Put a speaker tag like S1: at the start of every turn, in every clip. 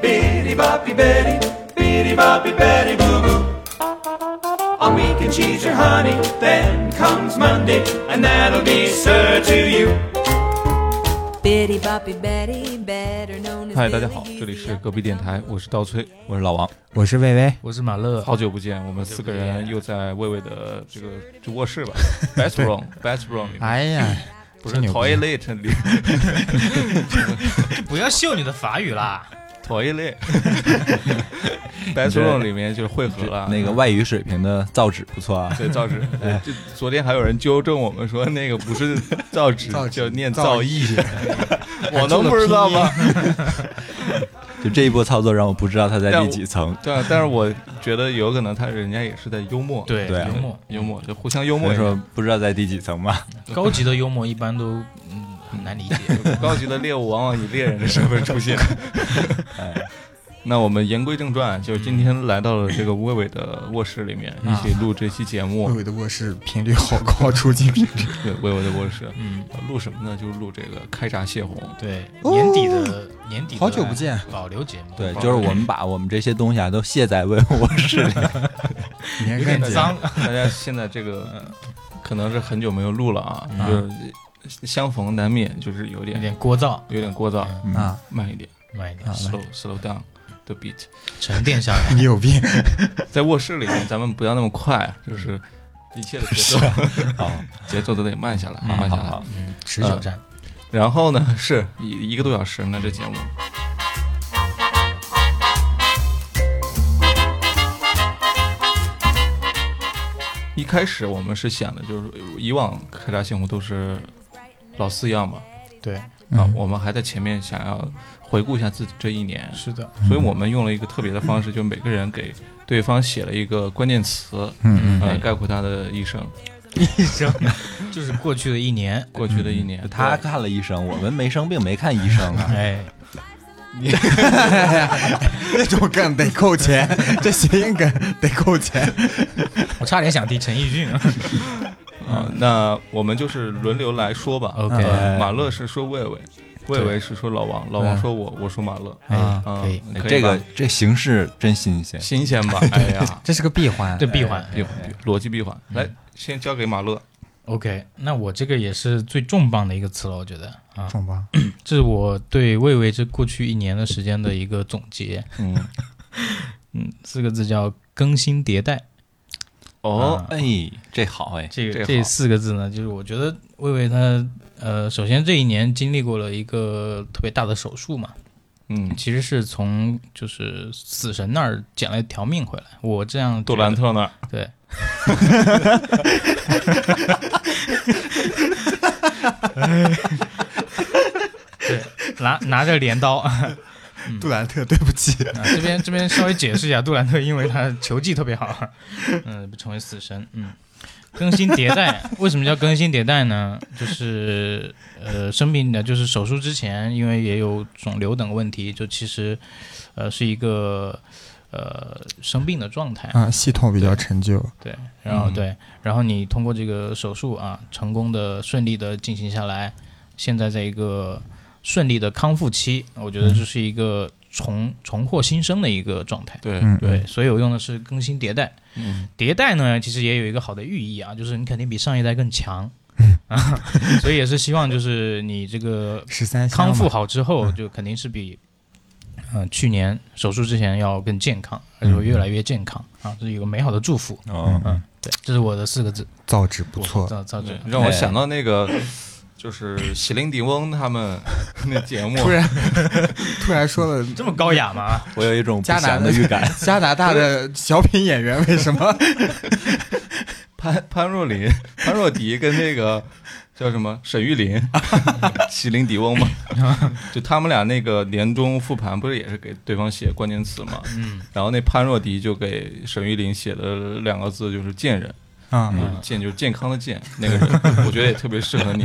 S1: bitty boppy Betty, bitty boppy Betty boo boo. On week and cheese your honey, then comes Monday, and that'll be sir to you.
S2: Bitty Boppy Betty, better known as
S3: 嗨，大家好，这里是隔壁电台，我是刀崔，我是老王，
S4: 我是魏巍，
S5: 我是马乐，
S3: 好久不见，我们四个人又在魏魏的这个这卧 室吧，bathroom bathroom，里面
S4: 哎呀，
S3: 不是
S4: 真牛逼
S3: toilet 里
S5: 不要秀你的法语啦！
S3: toilet bathroom 里面就是汇合了
S6: 那个。外语水平的造纸不错啊。
S3: 对造 纸，
S4: 哎
S3: 对就昨天还有人纠正我们说那个不是造纸，
S4: 造纸
S3: 叫念
S4: 造
S3: 造诣，我能不知道吗？
S6: 就这一波操作让我不知道他在
S3: 但
S6: 第
S3: 我
S6: 几层，
S3: 对啊，但是我觉得有可能他人家也是在幽默，
S5: 对，
S6: 对啊
S5: 幽默，
S3: 幽默就互相幽默
S6: 我
S3: 一下。
S6: 说不知道在第几层嘛。
S5: 高级的幽默一般都嗯很难理解。
S3: 高级的猎物往往以猎人的身份出 现。哎那我们言归正传，就是今天来到了这个魏伟的卧室里面，一起录这期节目
S4: 魏。巍的卧室频率好高，出镜频率。
S3: 对，魏伟的卧室，
S5: 嗯，
S3: 录什么呢？就是录这个开闸泄洪。
S5: 对，
S4: 哦
S5: 年底的年底的
S4: 好久不见
S5: 保留节目，
S6: 对，就是我们把我们这些东西啊都卸在魏我室里。
S4: 年
S5: 有点
S4: 干节
S5: 脏，
S3: 大家现在这个呃可能是很久没有录了啊，
S5: 啊
S3: 就是相逢难免，就是有
S5: 有
S3: 点
S5: 点聒噪，
S3: 有点聒噪，嗯
S4: 啊，
S3: 慢一点
S5: 慢一点，
S3: ，slow slow down the beat。
S5: 沉淀下来。
S4: 你有病！
S3: 在卧室里面，咱们不要那么快，就是一切 的节奏
S6: 哦，
S3: 节奏都得慢下来，
S5: 嗯
S3: 慢下
S6: 好
S3: 来
S6: 好。，
S5: 嗯，持久战，
S3: 然后呢， 是一一个多小时呢，这节目。一开始我们是想的，就是以往开闸幸福都是老四样嘛，
S5: 对，
S3: 啊，
S4: 嗯
S3: 我们还在前面想要回顾一下自己这一年，
S5: 是 的，
S3: 所以我们用了一个特别的方式，就每个人给对方写了一个关键词，
S4: 嗯
S3: 呃，概括他的一生，
S5: 一生就是过去的一年，
S3: 过去的一
S4: 嗯
S3: 年。
S6: 他看了医生，我们没生病，没看医生 啊。
S5: 哎，
S4: 那种梗得扣钱，这谐音梗得扣钱。
S5: 我差点想提陈奕迅。
S3: 啊，那我们就是轮流来说吧。
S5: OK
S3: 呃马乐是说魏魏，魏魏是说老王，老王说我，我说马乐。
S5: 哎，
S3: 啊
S5: 可以，
S3: 可以吧
S6: 这个这形式真新鲜。
S3: 新鲜 吧？哎呀，
S4: 这是个闭环哎
S5: 这，闭环
S3: 闭环逻辑闭环，来，先交给马乐。
S5: OK，那我这个也是最重磅的一个词了，我觉得啊，
S4: 重磅。
S5: 这是我对魏巍这过去一年的时间的一个总结。
S3: 嗯，
S5: 嗯，四个字叫更新迭代。
S3: 哦，
S6: 哎，这好哎，
S5: 这个
S3: 这好
S5: 这四个字呢，就是我觉得魏巍他呃，首先这一年经历过了一个特别大的手术嘛，
S3: 嗯，
S5: 其实是从就是死神那儿捡了一条命回来。我这样觉
S3: 杜
S5: 得
S3: 兰特那儿，
S5: 对。对，拿拿着镰刀，
S4: 杜兰特，对不起，
S5: 啊，这边这边稍微解释一下，杜兰特因为他球技特别好，嗯，成为死神，嗯。更新迭代，为什么叫更新迭代呢？就是呃，生病的，就是手术之前，因为也有肿瘤等问题，就其实呃是一个呃生病的状态。
S4: 啊，系统比较陈旧。
S5: 对，然后
S3: 嗯
S5: 对，然后你通过这个手术啊，成功的顺利的进行下来，现在在一个顺利的康复期，我觉得这是一个重重获新生的一个状态。
S3: 对
S4: 嗯，
S5: 对，所以我用的是更新迭代。
S3: 嗯，
S5: 迭代呢，其实也有一个好的寓意啊，就是你肯定比上一代更强啊， 所以也是希望就是你这个
S4: 十三香嘛
S5: 康复好之后，就肯定是比嗯、呃去年手术之前要更健康，而且会越来越健康啊，这是一个美好的祝福。
S6: 哦，
S5: 嗯，对，这是我的四个字，
S4: 造纸不错，
S5: 造造句。
S3: 让我想到那个，就是席琳迪翁他们那节 目，
S4: 突然 突然说了
S5: 这么高雅吗？
S6: 我有一种不
S4: 加拿
S6: 祥
S4: 大
S6: 的 预感。，
S4: 加拿大的小品演 员为什么？
S3: 潘潘若 琳、潘若迪跟那个叫什么沈玉 琳、席琳迪翁嘛，就他们俩那个年终复盘不是也是给对方写关键词嘛？
S5: 嗯，
S3: 然后那潘若迪就给沈玉琳写的两个字就是“健人
S4: 啊”，
S6: 嗯
S3: 就，是健就是健康的健，那个 人我觉得也特别适合你。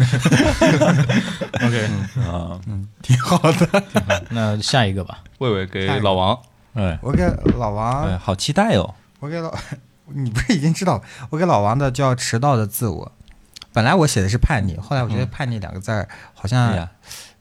S3: OK，
S6: 啊，
S4: 挺好的。
S5: 那下一个吧。
S3: 魏伟给老王，
S6: 哎
S4: 我给老王
S6: 哎，，好期待哦。
S4: 我给老，你不是已经知道？我给老王的叫迟到的自我。本来我写的是叛逆，后来我觉得叛逆两个字儿好像
S6: 对嗯哎呀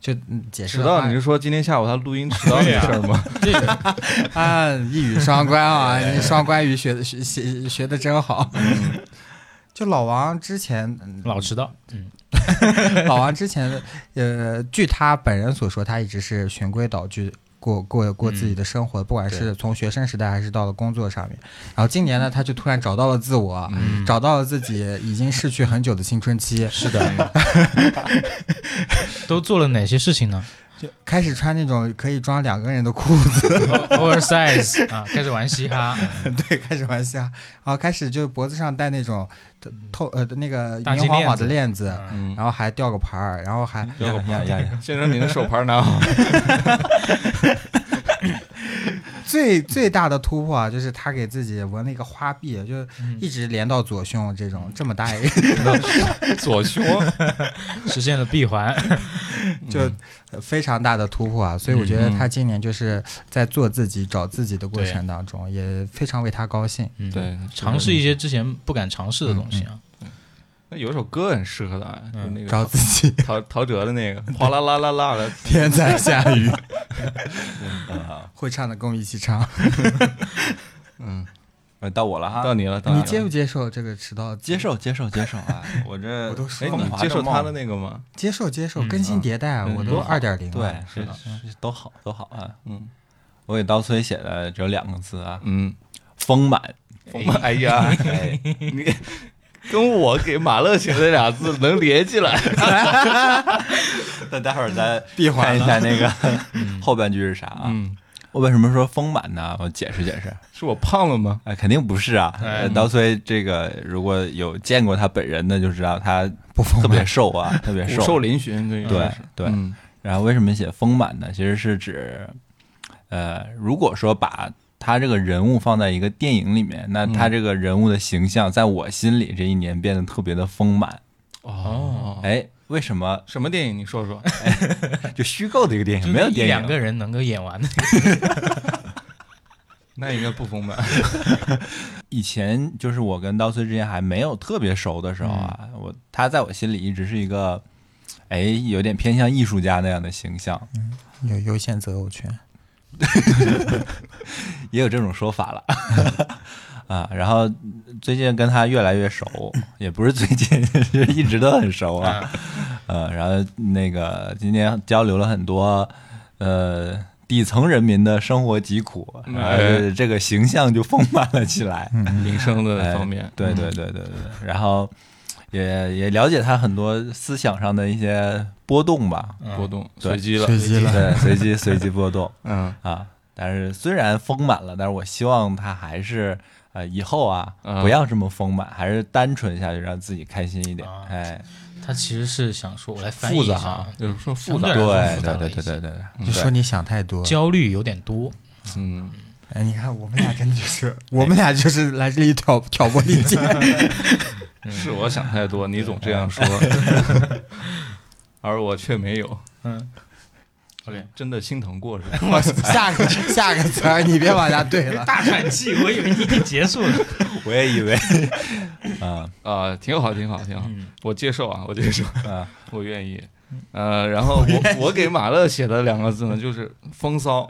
S4: 就嗯解释
S3: 迟
S4: 的
S3: 到，
S4: 话
S3: 你是说今天下午他录音迟到这事儿吗？
S5: 这个
S4: 啊，一语双 关
S6: 哎
S4: 啊，你双关语学的学学学的真好。
S6: 嗯
S4: 就老王之前，嗯
S5: 老迟到，嗯，
S4: 老王之前，呃，据他本人所说，他一直是循规蹈矩过过过自
S5: 嗯
S4: 己的生活，不管是从学生时代还是到了工作上面。然后今年呢，他就突然找到了自我，找到了自己已经逝去很久的青春期，
S5: 嗯 是的，都做了哪些事情呢
S4: 开始穿那种可以装两个人的裤子，
S5: ？oversize 哦 啊，开始玩嘻哈，
S4: 对，开始玩笑，然后开始就脖子上戴那种透呃那个
S5: 大金
S4: 明晃晃的
S5: 链嗯
S4: 链子，
S3: 嗯，
S4: 然后还吊个牌儿，然后还
S6: 呀呀呀呀！
S3: 啊先生，您的手牌拿 好。
S4: 最最大的突破啊，就是他给自己纹了一个花臂，就
S3: 嗯
S4: 一直连到左胸这种这么大一个，
S3: 左胸，
S5: 实现了闭环，
S3: 嗯
S4: 就呃非常大的突破啊！所以我觉得他今年就是在做自己、找自己的过程当中，也非常为他高兴。
S5: 嗯，
S3: 对，
S5: 尝试一些之前不敢尝试的东西啊，
S3: 那有一首歌很适合他，
S6: 嗯
S3: 就那
S4: 找
S3: 个
S4: 自己，
S3: 陶陶喆的那个“哗啦啦啦啦”的，
S4: 天在下雨，
S3: 嗯
S4: 会唱的跟我一起唱。
S6: 呃到我了哈，
S3: 到你了，到
S4: 啊你
S3: 了
S4: 接不接受这个迟到？
S6: 接受接受接受啊！我这
S4: 我都
S3: 哎，
S4: 说了
S3: 你接受他的那个吗？
S4: 接受接受，更新迭代啊，
S3: 嗯
S4: 我都二点零
S6: 对，嗯
S4: 是
S6: 是
S4: 的，
S6: 是都好都好啊。
S3: 嗯
S6: 我给刀崔写的只有两个字啊，
S3: 嗯，
S6: 丰满。
S3: 丰满。 哎呀，
S6: 哎，
S3: 你 跟我给马乐写的俩字能连起来，
S6: 那待会儿 咱
S4: 闭
S6: 看
S4: 环
S6: 一
S4: 了
S6: 下那个 后半句是啥啊？
S3: 嗯，
S6: 我为什么说丰满呢？我解释解释。
S3: 是我胖了吗？
S6: 啊，肯定不是啊！
S5: 哎
S6: 呃刀崔这个如果有见过他本人的，就知道他
S4: 不丰满
S6: 特别瘦啊， 特别
S3: 骨
S6: 瘦。
S3: 瘦嶙峋，这个
S6: 对
S3: 是
S6: 对，
S3: 嗯
S6: 然后为什么写丰满呢？其实是指，呃，如果说把他这个人物放在一个电影里面，那他这个人物的形象在我心里这一年变得特别的丰满。
S3: 哦，
S6: 哎，为什么？
S3: 什么电影？你说 说，
S6: 就虚构的一个电
S5: 就
S6: 影，嗯
S5: 是
S6: 没有
S5: 一
S6: 电
S5: 两
S6: 影。
S5: 个人能够演完的，
S3: 那应该不丰满。
S6: 以前就是我跟刀崔之间还没有特别熟的时候啊，我他在我心里一直是一个，哎，有点偏向艺术家那样的形象，
S4: 有优先择偶权。
S6: 也有这种说法了 啊。然后最近跟他越来越熟，也不是最近，是一直都很熟啊。呃，然后那个今天交流了很多，呃，底层人民的生活疾苦，
S3: 嗯
S6: 然后这个形象就丰满了起来。
S3: 民生的
S6: 哎
S3: 方面，
S6: 对对对对对对，然后也也了解他很多思想上的一些波动吧，
S3: 波动
S6: 对
S3: 随机了，
S4: 随机了
S6: 对，随机随机波动
S3: 嗯
S6: 啊。但是虽然丰满了，但是我希望他还是呃以后啊
S3: 嗯
S6: 不要这么丰满，还是单纯下去，让自己开心一点
S5: 啊。
S6: 哎，
S5: 他其实是想说，我来翻译
S3: 复
S5: 一下
S3: 杂
S5: 啊，，
S3: 就是说复
S5: 相
S3: 杂
S5: 对，
S6: 对
S5: 来说
S6: 对
S5: 复
S6: 对
S5: 杂了
S6: 对
S5: 一些
S6: 对对对，
S4: 嗯就说你想太多，
S5: 焦虑有点多，
S3: 嗯，
S4: 哎，你看我们俩真的就是， 我们俩就是来这里挑挑拨离间。
S6: 嗯
S3: 是我想太多，你总这样说，
S6: 哎
S3: 而我却没有。
S5: 嗯，OK，
S3: 真的心疼过是吧？
S4: 我下个下个词儿你别往下对了，
S5: 大喘气，我以为你已经结束了。
S6: 我也以为啊
S3: 啊，挺好，挺好，挺好，我接受啊，我接受，
S6: 嗯啊 嗯
S3: 我愿意。呃，然后我我给马乐写的两个字呢，就是风 骚。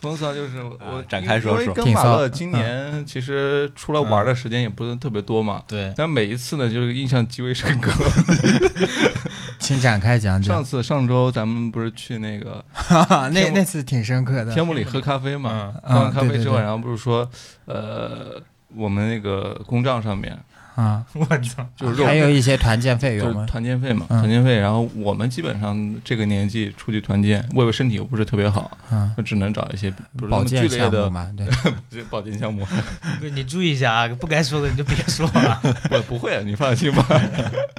S3: 风骚就是我
S6: 啊展开说说嗯
S3: 因为跟
S4: 挺
S3: 马
S4: 骚
S3: 乐今年其实出来玩的时间也不是特别多嘛，
S5: 对，
S3: 但每一次呢，就是印象极为深 刻。
S4: 请展开讲
S3: 上
S4: 讲。
S3: 次上周咱们不是去那个
S4: 那那次挺深刻的
S3: 天，幕里喝咖啡嘛？
S4: 嗯
S3: 喝完咖
S4: 对
S3: 啡
S4: 对
S3: 之后，
S4: 对
S3: 然后不是说，呃，我们那个公账上面
S4: 啊，
S5: 我操，
S3: 就是肉
S4: 还有一些团建费
S3: 就
S4: 用
S3: 是
S4: 吗？
S3: 团建费嘛，
S4: 嗯
S3: 团建费。然后我们基本上这个年纪出去团建，为了身体又不是特别好，
S4: 嗯，
S3: 就只能找一些不是那
S4: 保
S3: 么剧
S4: 健
S3: 烈
S4: 项目
S3: 的
S4: 嘛，对，
S3: 这保健项目。
S5: 不是你注意一下啊，不该说的你就别说了。
S3: 我不会，啊你放心吧。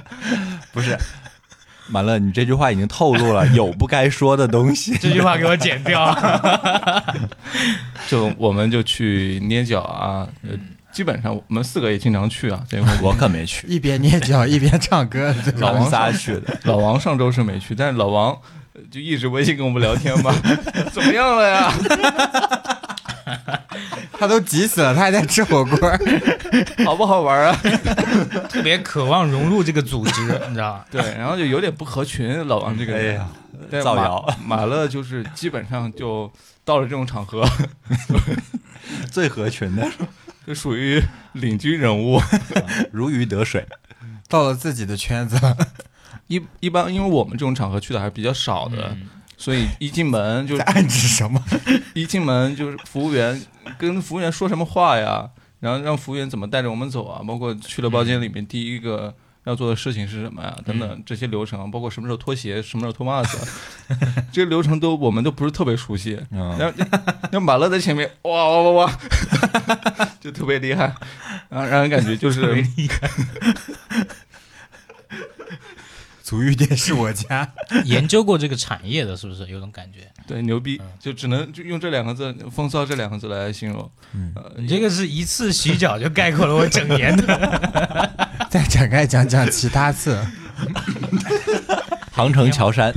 S6: 不是。完了，你这句话已经透露了有不该说的东 西。
S5: 这句话给我剪掉。
S3: 就我们就去捏脚啊，呃基本上我们四个也经常去啊，这 块
S6: 我可没去，
S4: 一边捏脚一边唱歌，对吧
S3: 老
S6: 咱们
S3: 王
S6: 仨去的。
S3: 老王上周是没去，但是老王呃就 一直微信跟我们聊天嘛，怎么样了呀？
S4: 他都急死了，他还在吃火锅。
S3: 好不好玩啊？
S5: 特别渴望融入这个组织，你知道吧？
S3: 对，然后就有点不合群，老王这个
S6: 哎
S3: 人
S6: 呀，
S3: 但
S6: 造
S3: 马
S6: 谣。
S3: 马乐就是基本上就到了这种场合，
S6: 最合群的，
S3: 就属于领军人物。
S6: 如鱼得水。
S4: 到了自己的圈子，
S3: 一一般因为我们这种场合去的还是比较少的，
S5: 嗯
S3: 所以一进门就
S4: 在暗指什么？
S3: 一进门就是服务员跟服务员说什么话呀，然后让服务员怎么带着我们走啊，包括去了包
S6: 嗯
S3: 间里面第一个要做的事情是什么呀，等等这些流程啊，包括什么时候脱鞋，什么时候脱袜子啊， 这些流程都我们都不是特别熟悉。
S6: 嗯，
S3: 然后那马乐在前面，哇哇哇哇， 就特别厉害，然后让人感觉就是
S4: 足浴店是我家，
S5: 研究过这个产业的，是不是有种感觉？
S3: 对牛逼，
S5: 嗯
S3: 就只能就用这两个字“风骚”这两个字来形容。呃
S5: 你这个是一次洗脚就概括了我整年的。
S4: 再展开讲讲其他次。
S6: 杭城乔杉，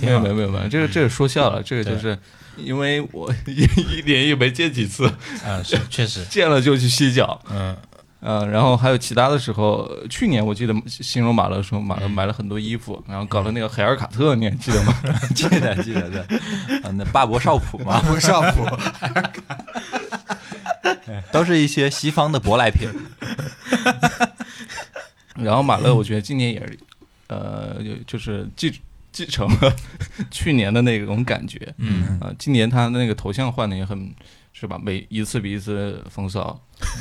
S3: 没有没有没有没有，这个这个说笑了，这个
S5: 啊嗯对
S3: 就是因为我一一年也没见几次，
S5: 啊，是确实，
S3: 见了就去洗脚，
S5: 嗯，
S3: 呃，然后还有其他的时候，呃去年我记得形容马乐说马乐
S5: 嗯
S3: 买了很多衣服，然后搞了那个海尔卡特，你还记得吗？
S6: 记得记得对，啊，那巴博少普嘛，
S4: 不少普，
S6: 都是一些西方的舶来品。
S3: 然后马乐，我觉得今年也是，呃，就就是继继承了 去年的那种感觉，
S5: 嗯，
S3: 啊、今年他那个头像换的也很，是吧？每一次比一次风骚。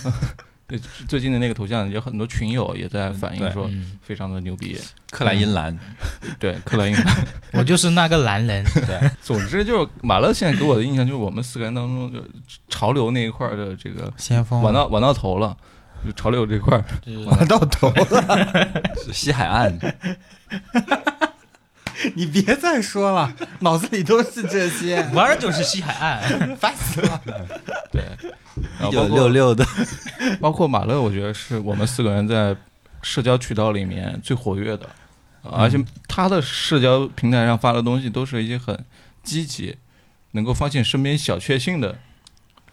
S3: 对，最近的那个头像有很多群友也在反映
S6: 对
S3: 说
S5: 嗯
S3: 非常的牛逼，
S6: 克莱因蓝，
S3: 对，克莱因。
S5: 我就是那个男 人，
S6: 对，
S3: 总之就是马乐现在给我的印象就是我们四个人当中，就潮流那一块儿的这个
S4: 先锋
S3: 玩到玩到头了，就潮流这块儿。
S5: 就是
S4: 玩到头了，
S6: 是西海岸，
S4: 你别再说了，脑子里都是这些，
S5: 玩儿就是西海岸，
S4: 烦死了。
S3: 对，然
S6: 一
S3: 后包
S6: 九六
S3: 括
S6: 六的，
S3: 包括马乐，我觉得是我们四个人在社交渠道里面最活跃的，而且他的社交平台上发的东西都是一些很积极，能够发现身边小确幸的。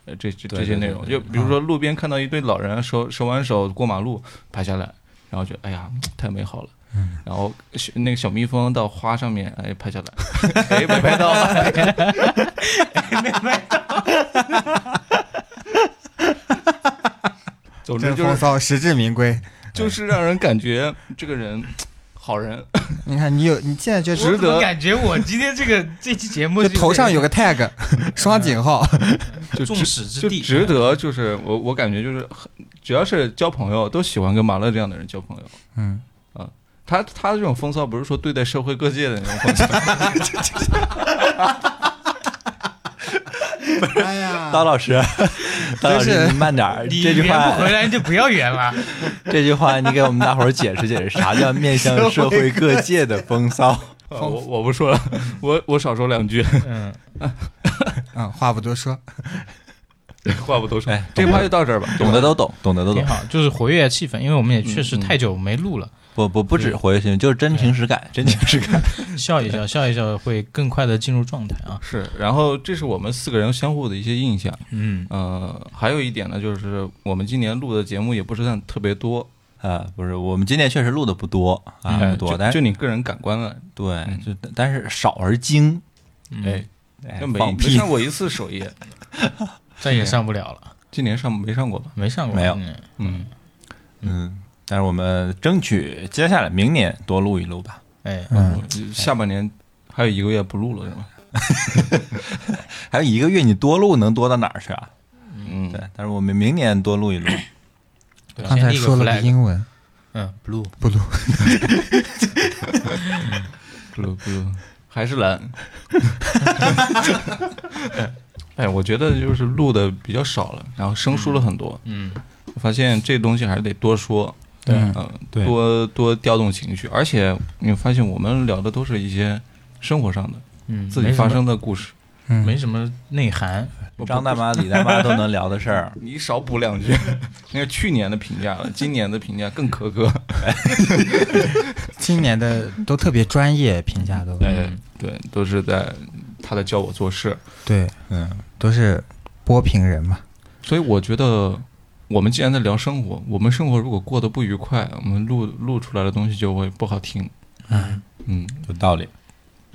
S3: 呃，这这
S6: 对
S3: 这些
S6: 对
S3: 内
S6: 对
S3: 容，
S6: 对
S3: 就比如说路边看到一对老人手手挽手过马路，拍下来，然后觉得哎呀太美好了，然后小那个小蜜蜂到花上面哎拍下来，哎没拍到，总之
S4: 这
S3: 就是
S4: 风骚实至名归。
S3: 就是让人感觉这个人好人，
S4: 你看，你有你现在就
S5: 我
S3: 值
S5: 怎么
S3: 得
S5: 感觉我今天这个 这期节目
S4: 就是头上有个 tag，双井号，
S3: 就
S5: 众
S3: 值
S5: 矢之
S3: 就
S5: 的，
S3: 值得，就是我我感觉就是很，只要是交朋友都喜欢跟马乐这样的人交朋友。啊
S4: 嗯，
S3: 他他这种风骚不是说对待社会各界的那种风骚，
S4: 哎呀
S6: 刀老师，刀老
S4: 真
S6: 师
S4: 是
S6: 你慢点儿，
S5: 你
S6: 这句
S5: 圆不
S6: 话
S5: 回来就不要圆了。
S6: 这句话你给我们大伙儿解释解释，啥叫面向社会各界的风嗯骚？
S3: 呃我我不说了，我我少说两句，
S5: 嗯，
S4: 嗯，话不多说，
S3: 话不多说
S6: 哎，
S3: 这趴就到这儿吧。
S6: 懂的都懂，懂的都
S5: 挺
S6: 懂。
S5: 好，就是活跃气氛，因为我们也确实太久没录了，
S6: 不不不止活跃性，就是真情实感，真情实感。
S5: 笑一笑，笑一笑会更快的进入状态啊。
S3: 是，然后这是我们四个人相互的一些印象。
S5: 嗯，
S3: 呃，还有一点呢，就是我们今年录的节目也不是算特别多
S6: 啊，不是，我们今年确实录的不多啊，
S3: 哎
S6: 不多，
S3: 就
S6: 但
S3: 就是你个人感官了，
S6: 对，就但是少而精，
S3: 哎，
S6: 哎
S3: 就没
S6: 放
S3: 没
S6: 屁
S3: 上过一次首页，
S5: 再也上不了了，
S3: 今年上没上过吧？
S5: 没上过，
S6: 没有
S5: 嗯
S3: 嗯，
S6: 嗯，但是我们争取接下来明年多录一录吧。
S5: 哎，
S4: 嗯，
S3: 下半年还有一个月不录了是吧？
S6: 还有一个月你多录能多到哪儿去啊？
S3: 嗯
S6: 对，但是我们明年多录一录。
S5: 对
S4: 刚才说了个，
S5: 先立 flag
S4: 英文，
S5: 嗯，blue，
S4: 不录，
S3: 不录不录，还是懒。 哎，我觉得就是录的比较少了，然后生疏了很多。
S5: 嗯，
S3: 我发现这东西还是得多说，
S5: 对
S3: 嗯、
S6: 对
S3: 多多调动情绪。而且你发现我们聊的都是一些生活上的、
S5: 嗯，
S3: 自己发生的故事。
S4: 嗯，
S5: 没什么，没什么内涵，
S3: 我不，
S6: 张大妈、李大妈都能聊的事儿
S3: 你少补两句， 那个去年的评价了，今年的评价更苛刻。
S4: 今年的都特别专业，评价都
S3: 哎，对，都是在他在教我做事。
S4: 对，
S6: 嗯，
S4: 都是波评人嘛，
S3: 所以我觉得，我们既然在聊生活，我们生活如果过得不愉快，我们录录出来的东西就会不好听。
S5: 嗯
S3: 嗯，
S6: 有道理。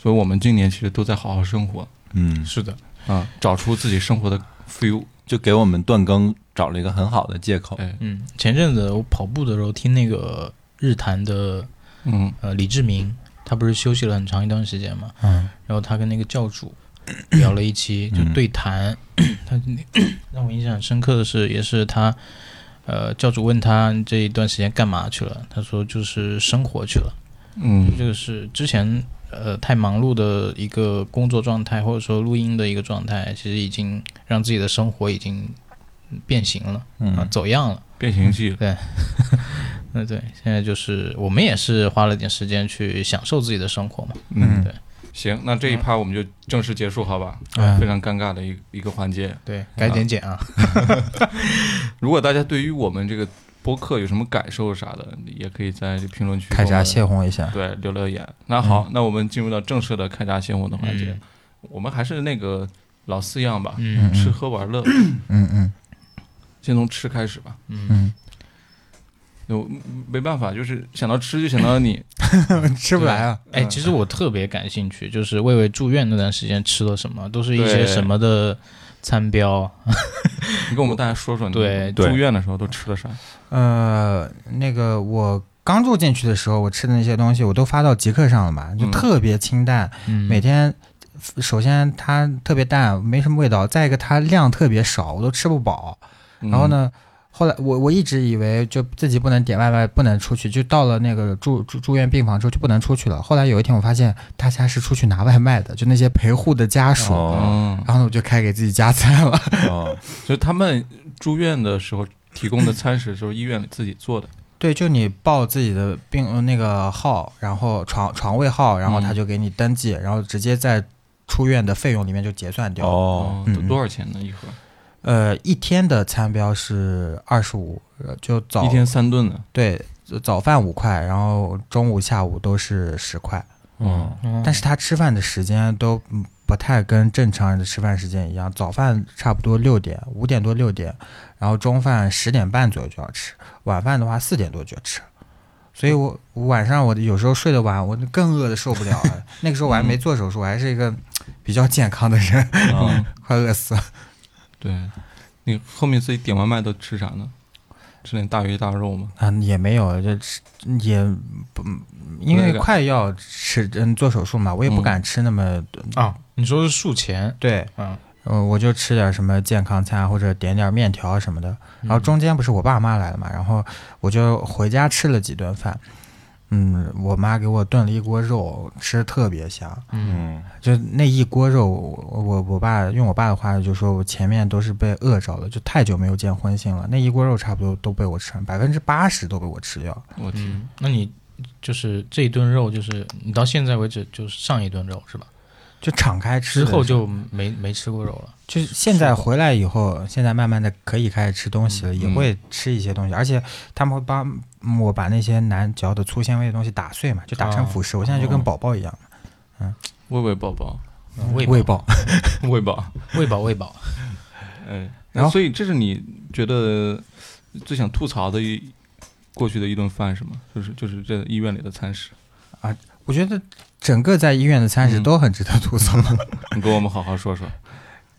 S3: 所以我们今年其实都在好好生活
S6: 嗯，
S5: 是的，
S3: 啊，找出自己生活的 feel。
S6: 就给我们断更找了一个很好的借
S4: 哦
S6: 口。
S3: 哎，
S5: 嗯，前阵子我跑步的时候听那个日坛的
S3: 嗯
S5: 呃李志明，他不是休息了很长一段时间嘛，
S4: 嗯，
S5: 然后他跟那个教主聊了一期，就
S6: 嗯
S5: 对谈。 他让我印象很深刻的是，也是他，呃，教主问他这一段时间干嘛去了，他说就是生活去了，
S3: 嗯
S5: 这个是之前呃太忙碌的一个工作状态，或者说录音的一个状态，其实已经让自己的生活已经变形了 啊，
S6: 嗯，
S5: 走样了。
S3: 变形记
S5: 嗯，对，现在就是我们也是花了点时间去享受自己的生活嘛。
S4: 嗯
S5: 对
S3: 行，那这一趴我们就正式结束，好吧？
S4: 嗯
S3: 非常尴尬的一一个环节。
S5: 对，该减减啊。
S3: 如果大家对于我们这个播客有什么感受啥的，也可以在这评论区
S4: 开
S3: 给我
S4: 闸
S3: 们
S4: 泄洪一下。
S3: 对留留言。那好，
S4: 嗯
S3: 那我们进入到正式的开闸泄洪的环节，我们还是那个老四样吧，
S5: 嗯
S3: 吃喝玩乐，
S4: 嗯嗯
S3: 先从吃开始吧。
S5: 嗯，
S4: 嗯
S3: 我没办法，就是想到吃就想到你，
S4: 嗯， 吃不来啊。
S5: 哎，其实我特别感兴趣，就是魏魏住院那段时间吃了什么，都是一些
S3: 对
S5: 什么的餐标。
S3: 你跟我们大家说说你
S5: 对
S3: 住
S6: 对
S3: 院的时候都吃了啥？
S4: 呃，那个我刚住进去的时候，我吃的那些东西我都发到极客上了嘛，就
S3: 嗯
S4: 特别清淡。
S5: 嗯，
S4: 每天，首先它特别淡，没什么味道；再一个它量特别少，我都吃不饱。
S3: 嗯
S4: 然后？呢，后来我我一直以为就自己不能点外卖，不能出去，就到了那个住住住院病房之后就不能出去了。后来有一天我发现大家是出去拿外卖的，就那些陪护的家属。
S6: 哦
S3: 嗯，
S4: 然后呢，我就开给自己加餐了。
S6: 哦，
S3: 就他们住院的时候提供的餐食，就是医院里自己做的。
S4: 对，就你报自己的病呃那个号，然后床床位号，然后他
S3: 嗯
S4: 就给你登记，然后直接在出院的费用里面就结算掉。
S6: 哦，
S3: 多
S4: 嗯
S3: 多少钱呢？一盒？
S4: 呃，一天的餐标是二十五，呃就早
S3: 一天三顿呢？
S4: 对早饭五块，然后中午下午都是十块。哦
S3: 嗯，
S5: 嗯
S4: 但是他吃饭的时间都嗯不太跟正常人的吃饭时间一样，早饭差不多六点，五点多六点，然后中饭十点半左右就要吃，晚饭的话四点多就要吃。所以我，我晚上我有时候睡得晚，我更饿的受不了了。那个时候我还没做手术，我还是一个比较健康的人，
S6: 嗯
S4: 快饿死了。
S3: 对，你后面自己点外卖都吃啥呢？吃点大鱼大肉吗？
S4: 啊，也没有，就吃也不，因
S3: 不太
S4: 为
S3: 敢
S4: 快要吃嗯做手术嘛，我也不
S3: 嗯
S4: 敢吃那么多、
S5: 啊，你说是术前，
S4: 对，
S5: 嗯，
S4: 呃，我就吃点什么健康餐，啊或者点点面条啊什么的。
S5: 嗯
S4: 然后中间不是我爸妈来了嘛，然后我就回家吃了几顿饭。嗯，我妈给我炖了一锅肉，吃得特别香。
S5: 嗯
S6: 嗯，
S4: 就那一锅肉，我我我爸用我爸的话就说，我前面都是被饿着了，就太久没有见荤腥了。那一锅肉差不多都被我吃完，百分之八十都被我吃掉。
S3: 我天，
S5: 嗯，那你就是这一顿肉，就是你到现在为止就是上一顿肉是吧？
S4: 就敞开吃
S5: 之
S4: 的
S5: 后
S4: 时候
S5: 就没没吃过肉了。
S4: 就是现在回来以后，现在慢慢的可以开始吃东西了，也
S3: 嗯
S4: 会吃一些东西，而且他们会帮嗯我把那些难嚼的粗纤维的东西打碎嘛，就打成辅食。我现在就跟宝宝一样，
S3: 喂喂宝宝，
S5: 嗯喂
S4: 喂
S5: 饱，
S4: 饱。
S3: 喂饱。
S5: 喂饱，喂饱。
S3: 嗯，
S4: 然后
S3: 所以这是你觉得最想吐槽的一过去的一顿饭是吗？就是就是这医院里的餐食，
S4: 我觉得整个在医院的餐食
S3: 嗯
S4: 都很值得吐槽。
S3: 你给我们好好说说。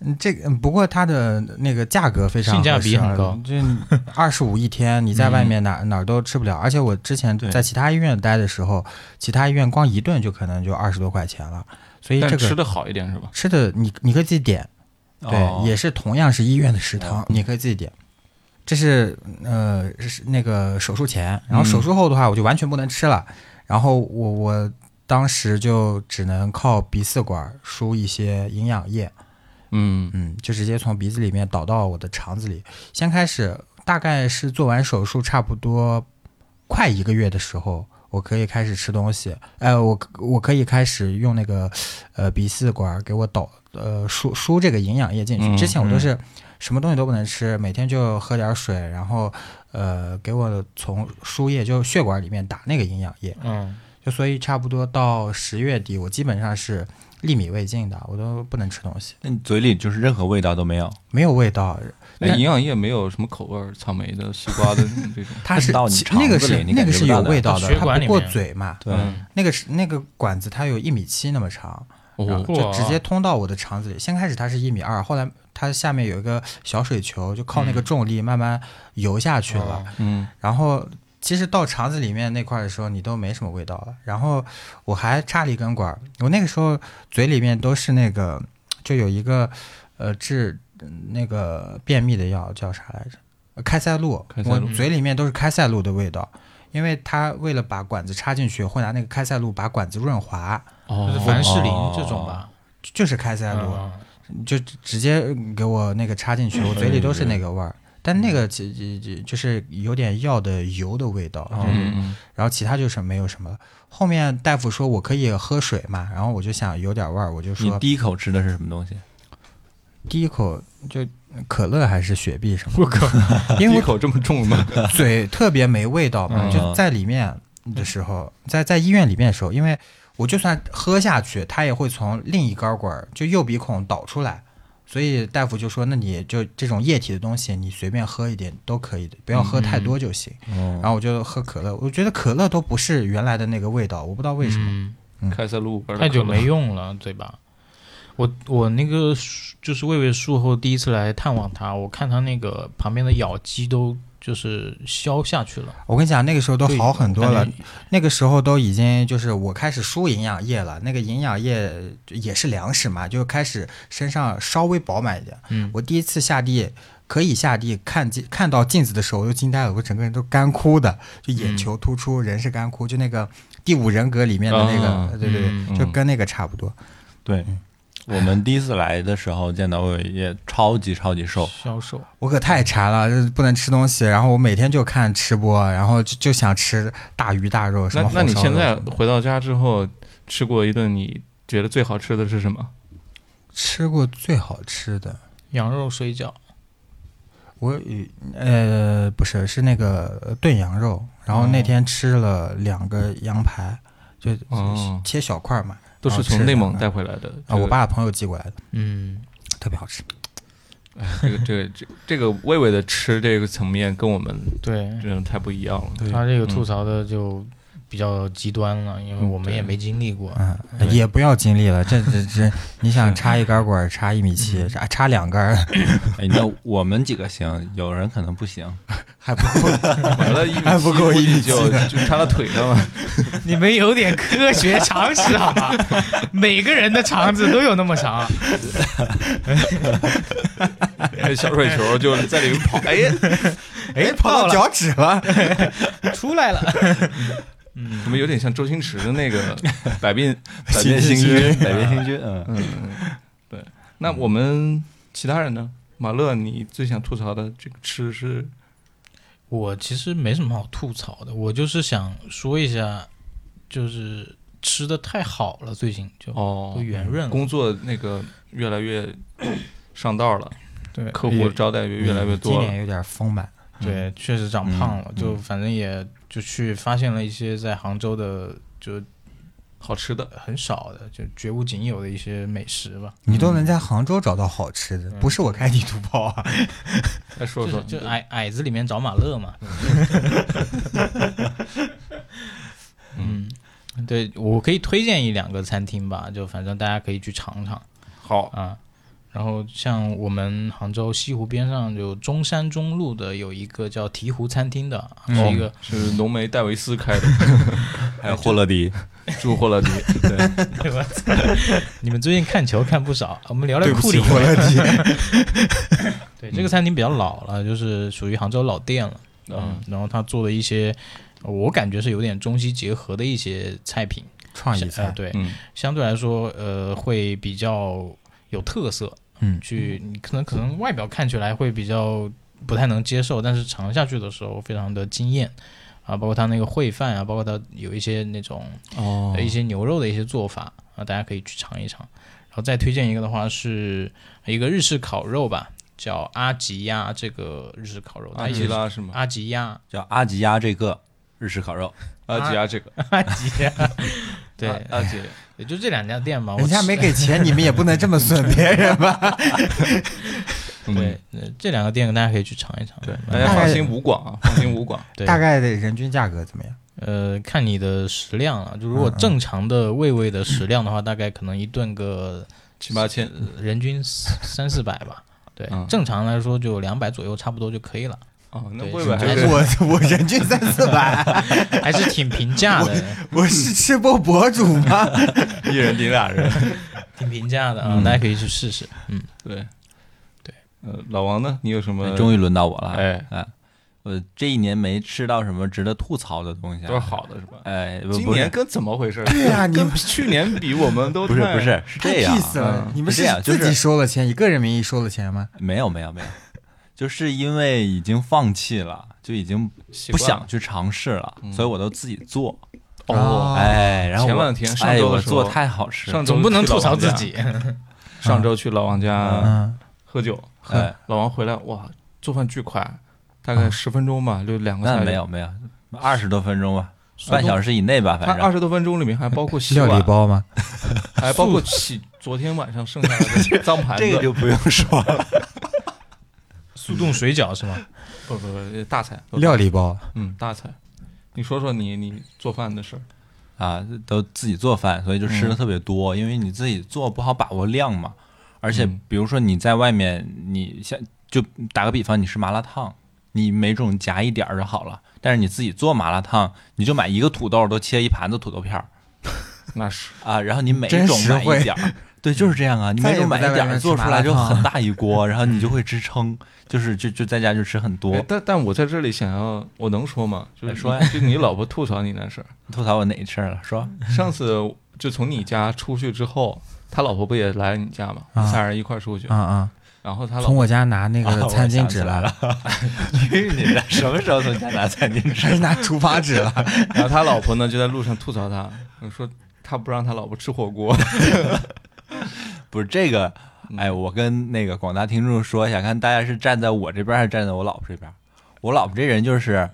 S4: 嗯，这个不过它的那个价格非常
S5: 性价比
S4: 合适啊
S5: 很高，
S4: 就二十五一天，你在外面哪、哪儿都吃不了。而且我之前
S6: 对
S4: 在其他医院待的时候，其他医院光一顿就可能就二十多块钱了，所以
S3: 但
S4: 这
S3: 是
S4: 个
S3: 吃的好一点是吧？
S4: 吃的你你可以自己点。
S6: 哦
S4: 对，也是同样是医院的食堂，你可以自己点。这是呃是那个手术前，然后手术后的话，我就完全不能吃了。然后我我当时就只能靠鼻饲管输一些营养液，
S3: 嗯
S4: 嗯，就直接从鼻子里面导到我的肠子里。先开始大概是做完手术差不多快一个月的时候，我可以开始吃东西。呃，我我可以开始用那个呃鼻饲管给我导呃输输这个营养液进去。
S3: 嗯
S4: 之前我都
S6: 嗯
S4: 是什么东西都不能吃，每天就喝点水，然后呃给我从输液就血管里面打那个营养液。
S5: 嗯
S4: 就所以差不多到十月底，我基本上是粒米味尽的，我都不能吃东西，
S6: 那你嘴里就是任何味道都没有，
S4: 没有味道。
S3: 那哎营养液没有什么口味儿，草莓的、西瓜的这种。
S4: 它是
S6: 到你
S4: 其
S6: 肠
S4: 那个
S6: 子里
S4: 是
S6: 你
S4: 那
S6: 感
S4: 个
S6: 觉
S4: 是
S6: 不到
S4: 有
S6: 的
S4: 味道
S5: 到
S4: 的，
S5: 血
S4: 它
S5: 管
S4: 不
S5: 里
S4: 过
S5: 面
S4: 嘴嘛，
S6: 对，
S3: 嗯
S4: 那个是那个管子它有一米七那么长，然
S3: 哦，
S4: 后
S5: 哇
S4: 就直接通到我的肠子里。先开始它是一米二，后来它下面有一个小水球，就靠那
S5: 嗯
S4: 个重力慢慢游下去
S5: 哦
S4: 了。
S3: 嗯，
S4: 然后其实到肠子里面那块儿的时候，你都没什么味道了。然后我还插了一根管儿，我那个时候嘴里面都是那个，就有一个呃治嗯那个便秘的药叫啥来着？呃开塞露。
S3: 开塞露
S4: 我嘴里面都是开塞露的味道。因为它为了把管子插进去，会拿那个开塞露把管子润滑，
S5: 就是
S3: 哦，
S5: 凡士林这种吧，
S4: 就是开塞露。
S5: 嗯
S4: 就直接给我那个插进 去，我嘴里都是那个味儿。但那个其其就是有点药的油的味道，
S3: 嗯嗯，
S4: 然后其他就是没有什么了。后面大夫说我可以喝水嘛，然后我就想有点味儿，我就
S6: 你
S4: 说
S6: 第一口吃的是什么东西？
S4: 第一口就可乐还是雪碧什么
S5: 我靠，
S4: 的，因
S3: 第一
S4: 为
S3: 口这么重吗？
S4: 我嘴特别没味道嘛，
S6: 嗯
S4: 就在里面的时候，在在医院里面的时候，因为我就算喝下去，它也会从另一根管儿就右鼻孔导出来，所以大夫就说，那你就这种液体的东西，你随便喝一点都可以的，不要喝太多就行。
S6: 嗯
S4: 然，后我就喝可乐，我觉得可乐都不是原来的那个味道，我不知道为什么。
S5: 嗯
S3: 开塞露味儿的
S5: 太久
S3: 可乐
S5: 没用了，对吧？我我那个叔就是魏魏术后第一次来探望他，我看他那个旁边的咬肌都就是消下去了，
S4: 我跟你讲，那个时候都
S5: 对
S4: 好很多
S5: 感觉
S4: 了，那个时候都已经就是我开始输营养液了，那个营养液也是粮食嘛，就开始身上稍微饱满一点。
S5: 嗯，
S4: 我第一次下地可以下地看镜看到镜子的时候，我就惊呆了，我整个人都干枯的，就眼球突出，人是干枯，就那个第五人格里面的那个，
S3: 嗯啊
S4: 对对对，
S5: 嗯
S3: 嗯
S4: 就跟那个差不多。
S6: 对，我们第一次来的时候见到魏伟也超级超级
S3: 哦
S6: 瘦，
S5: 消瘦，
S4: 我可太馋了，就是不能吃东西，然后我每天就看吃播，然后就就想吃大鱼大肉什
S3: 那
S4: 么
S3: 那你
S4: 红烧
S3: 现
S4: 肉
S3: 在
S4: 什么的
S3: 回到家之后，吃过一顿你觉得最好吃的是什么？
S4: 吃过最好吃的，
S5: 羊肉水饺，
S4: 我呃不是是那个呃炖羊肉，然后那天吃了两个羊排，就
S3: 哦
S4: 切小块嘛，
S3: 都
S4: 哦
S3: 是
S4: 吃
S3: 从内蒙
S4: 羊排
S3: 带回来的
S4: 啊，我爸朋友寄过来的，
S5: 嗯，
S4: 特别好吃。
S3: 这个这个这个这个魏魏的吃这个层面跟我们
S5: 对，
S3: 真的太不一样了。
S5: 他这个
S3: 嗯
S5: 吐槽的就比较极端了，因为我们也没经历过，
S4: 嗯，也不要经历了，这这这，你想插一根管儿，插一 米七，
S5: 嗯
S4: 插插两根儿，
S6: 哎，那我们几个行，有人可能 不行。
S4: 还不够。
S3: 完了，一米
S4: 还不够
S3: 七
S4: 一米七
S3: 就就插到腿上了。
S5: 你们有点科学常识好吧？每个人的肠子都有那么长，啊
S3: 小水球就在里面跑，哎呀，
S4: 哎，跑到脚趾 了，
S5: 出来了。嗯
S3: 怎么有点像周星驰的那 个百变
S6: 百变 星君，百变星君，嗯，
S3: 嗯，对。那我们其他人呢？马乐，你最想吐槽的这个吃是
S5: 我其实没什么好吐槽的，我就是想说一下，就是吃的太好了，最近就
S3: 哦
S5: 都圆润了
S3: 工作那个越来越上道了，
S5: 对
S3: 客户招待也越来越
S4: 今
S3: 多了
S4: 年。有点丰满。
S5: 对，确实长胖了，
S6: 嗯
S5: 就反正也就去发现了一些在杭州的就
S3: 好吃的，
S5: 很少的，就绝无仅有的一些美食吧。
S4: 你都能在杭州找到好吃
S5: 嗯
S4: 的，不是我开地图炮啊！
S3: 再说
S5: 就
S3: 说
S5: 是，哎就矮矮子里面找马乐嘛。嗯，对，我可以推荐一两个餐厅吧，就反正大家可以去尝尝
S3: 好，
S5: 啊。然后像我们杭州西湖边上有中山中路的有一个叫鹈鹕餐厅的，
S6: 嗯
S5: 是一个
S3: 是浓眉戴维斯开的，哎
S6: 还有霍勒迪，
S3: 祝霍勒迪，对，
S5: 对吧？你们最近看球看不少，我们聊聊库里。
S4: 乐迪，
S5: 对，这个餐厅比较老了，就是属于杭州老店了。嗯，然后他做的一些，我感觉是有点中西结合的一些菜品。
S4: 创意
S5: 呃
S4: 啊菜，
S5: 对，
S3: 嗯，
S5: 相对来说，呃，会比较有特色。
S4: 嗯
S5: 去你可能可能外表看起来会比较不太能接受，但是尝下去的时候非常的惊艳啊，包括它那个烩饭啊，包括它有一些那种
S3: 哦
S5: 一些牛肉的一些做法啊，大家可以去尝一尝。然后再推荐一个的话是一个日式烤肉吧，叫阿吉亚这个日式烤肉，它
S3: 阿
S5: 也
S3: 吉
S5: 是
S3: 拉是吗？
S5: 阿吉亚
S6: 叫阿吉亚这个日式烤肉，
S3: 阿吉拉这个，
S5: 阿吉亚，对，
S3: 阿阿吉，
S5: 也就这两家店吧。我
S4: 人家
S5: 吃
S4: 没给钱，你们也不能这么损别人吧？
S5: 对，呃这两个店大家可以去尝一尝。
S3: 嗯对，大
S5: 嗯
S3: 家放心无广啊，放心无广。
S5: 对，
S4: 大概的人均价格怎么样？
S5: 呃，看你的食量了。就如
S4: 嗯
S5: 果正常的胃胃的食量的话，大概可能一顿个
S3: 七八千，
S5: 呃人均四三四百吧。对
S3: 嗯，
S5: 正常来说就两百左右，差不多就可以了，
S3: 哦，那
S5: 对
S3: 未来
S5: 就
S3: 还
S5: 是
S3: 是
S4: 我我人均三四百，
S5: 还是挺平价的，
S4: 我是吃播博主 吗？
S3: 一人顶俩人。
S5: 挺平价的啊，大家可以去试试。嗯，
S3: 对，
S5: 对，
S3: 呃，老王呢？你有什么？
S6: 终
S3: 于
S6: 于轮到 我了，
S3: 哎
S6: 啊，我这一年没吃到什么值得吐槽的东西、啊，
S3: 都是好的是吧？
S6: 哎，不
S3: 今
S6: 不是
S3: 年跟怎么回事？
S4: 对呀你
S3: 跟去年比，我们都
S6: 不是
S3: 太
S6: 不是是
S4: 太
S6: 这样啊
S4: peace 哎了
S3: 嗯，
S4: 你们
S6: 是
S4: 是
S6: 这样就
S4: 自
S6: 是
S4: 己收了钱，以个人名义收了钱吗？
S6: 没有没有没有，就是因为已经放弃了，就已经
S3: 习
S6: 不
S3: 惯了嗯
S6: 想去尝试了，所以我都自己做。
S4: 哦
S6: 哎，然后
S3: 前
S6: 我
S3: 两天上
S6: 哎
S3: 周的
S6: 我
S3: 时候
S6: 做太好吃了，
S3: 上周
S5: 总不能
S3: 去老
S5: 吐槽
S3: 王
S5: 自
S3: 家
S5: 己。
S3: 上周去老王家
S4: 嗯，
S3: 喝酒，
S6: 哎，
S3: 老王回来哇，做饭巨快，大概十分钟吧，就两个
S6: 那
S3: 菜。
S6: 没有，没有，二十多分钟吧，半小时以内吧，
S3: 他
S6: 反
S3: 二
S6: 正。
S3: 十多分钟里面还包括洗
S4: 料
S3: 碗
S4: 理，包吗？
S3: 还包括洗昨天晚上剩下的脏盘子。
S6: 这个就不用说了，
S5: 速冻水饺是吗？
S3: 不不不，大菜，
S4: 料理包，
S3: 嗯大菜。你说说你你做饭的事儿，
S6: 啊，都自己做饭，所以就吃的特别多，因为你自己做不好把握量嘛。而且
S3: 嗯
S6: 比如说你在外面，你像就打个比方，你吃麻辣烫，你每种夹一点儿就好了。但是你自己做麻辣烫，你就买一个土豆，都切一盘子土豆片儿
S3: 那是
S6: 啊，然后你每
S4: 真
S6: 一种
S4: 实
S6: 买
S4: 惠
S6: 一点儿，对，就是这样啊。你
S4: 再
S6: 每
S4: 也
S6: 种
S4: 不
S6: 买一
S4: 在外
S6: 点
S4: 面
S6: 儿，
S4: 吃
S6: 做
S4: 麻
S6: 出
S4: 辣
S6: 来就
S4: 烫
S6: 很
S4: 了
S6: 大一锅，然后你就会支撑，就是就就在家就吃很
S3: 哎
S6: 多。
S3: 但但我在这里想要，我能说吗？就是
S6: 哎说呀
S3: 就你老婆吐槽你那事儿。
S6: 吐槽我哪一事儿了？说
S3: 上次就从你家出去之后，他老婆不也来你家吗？
S4: 啊
S3: 仨人一块儿出去
S4: 啊，啊！
S3: 然后他老
S4: 从我家拿那
S6: 啊
S4: 个
S6: 我
S4: 餐巾
S6: 想
S4: 纸
S6: 起来
S4: 了，
S6: 去你的，什么时候从家拿餐巾纸？
S4: 还拿厨房纸了。
S3: 然后他老婆呢就在路上吐槽他，嗯说他不让他老婆吃火锅。
S6: 不是这个，
S4: 嗯
S6: 哎，我跟那个广大听众说一下，看大家是站在我这边还是站在我老婆这边。我老婆这人就是，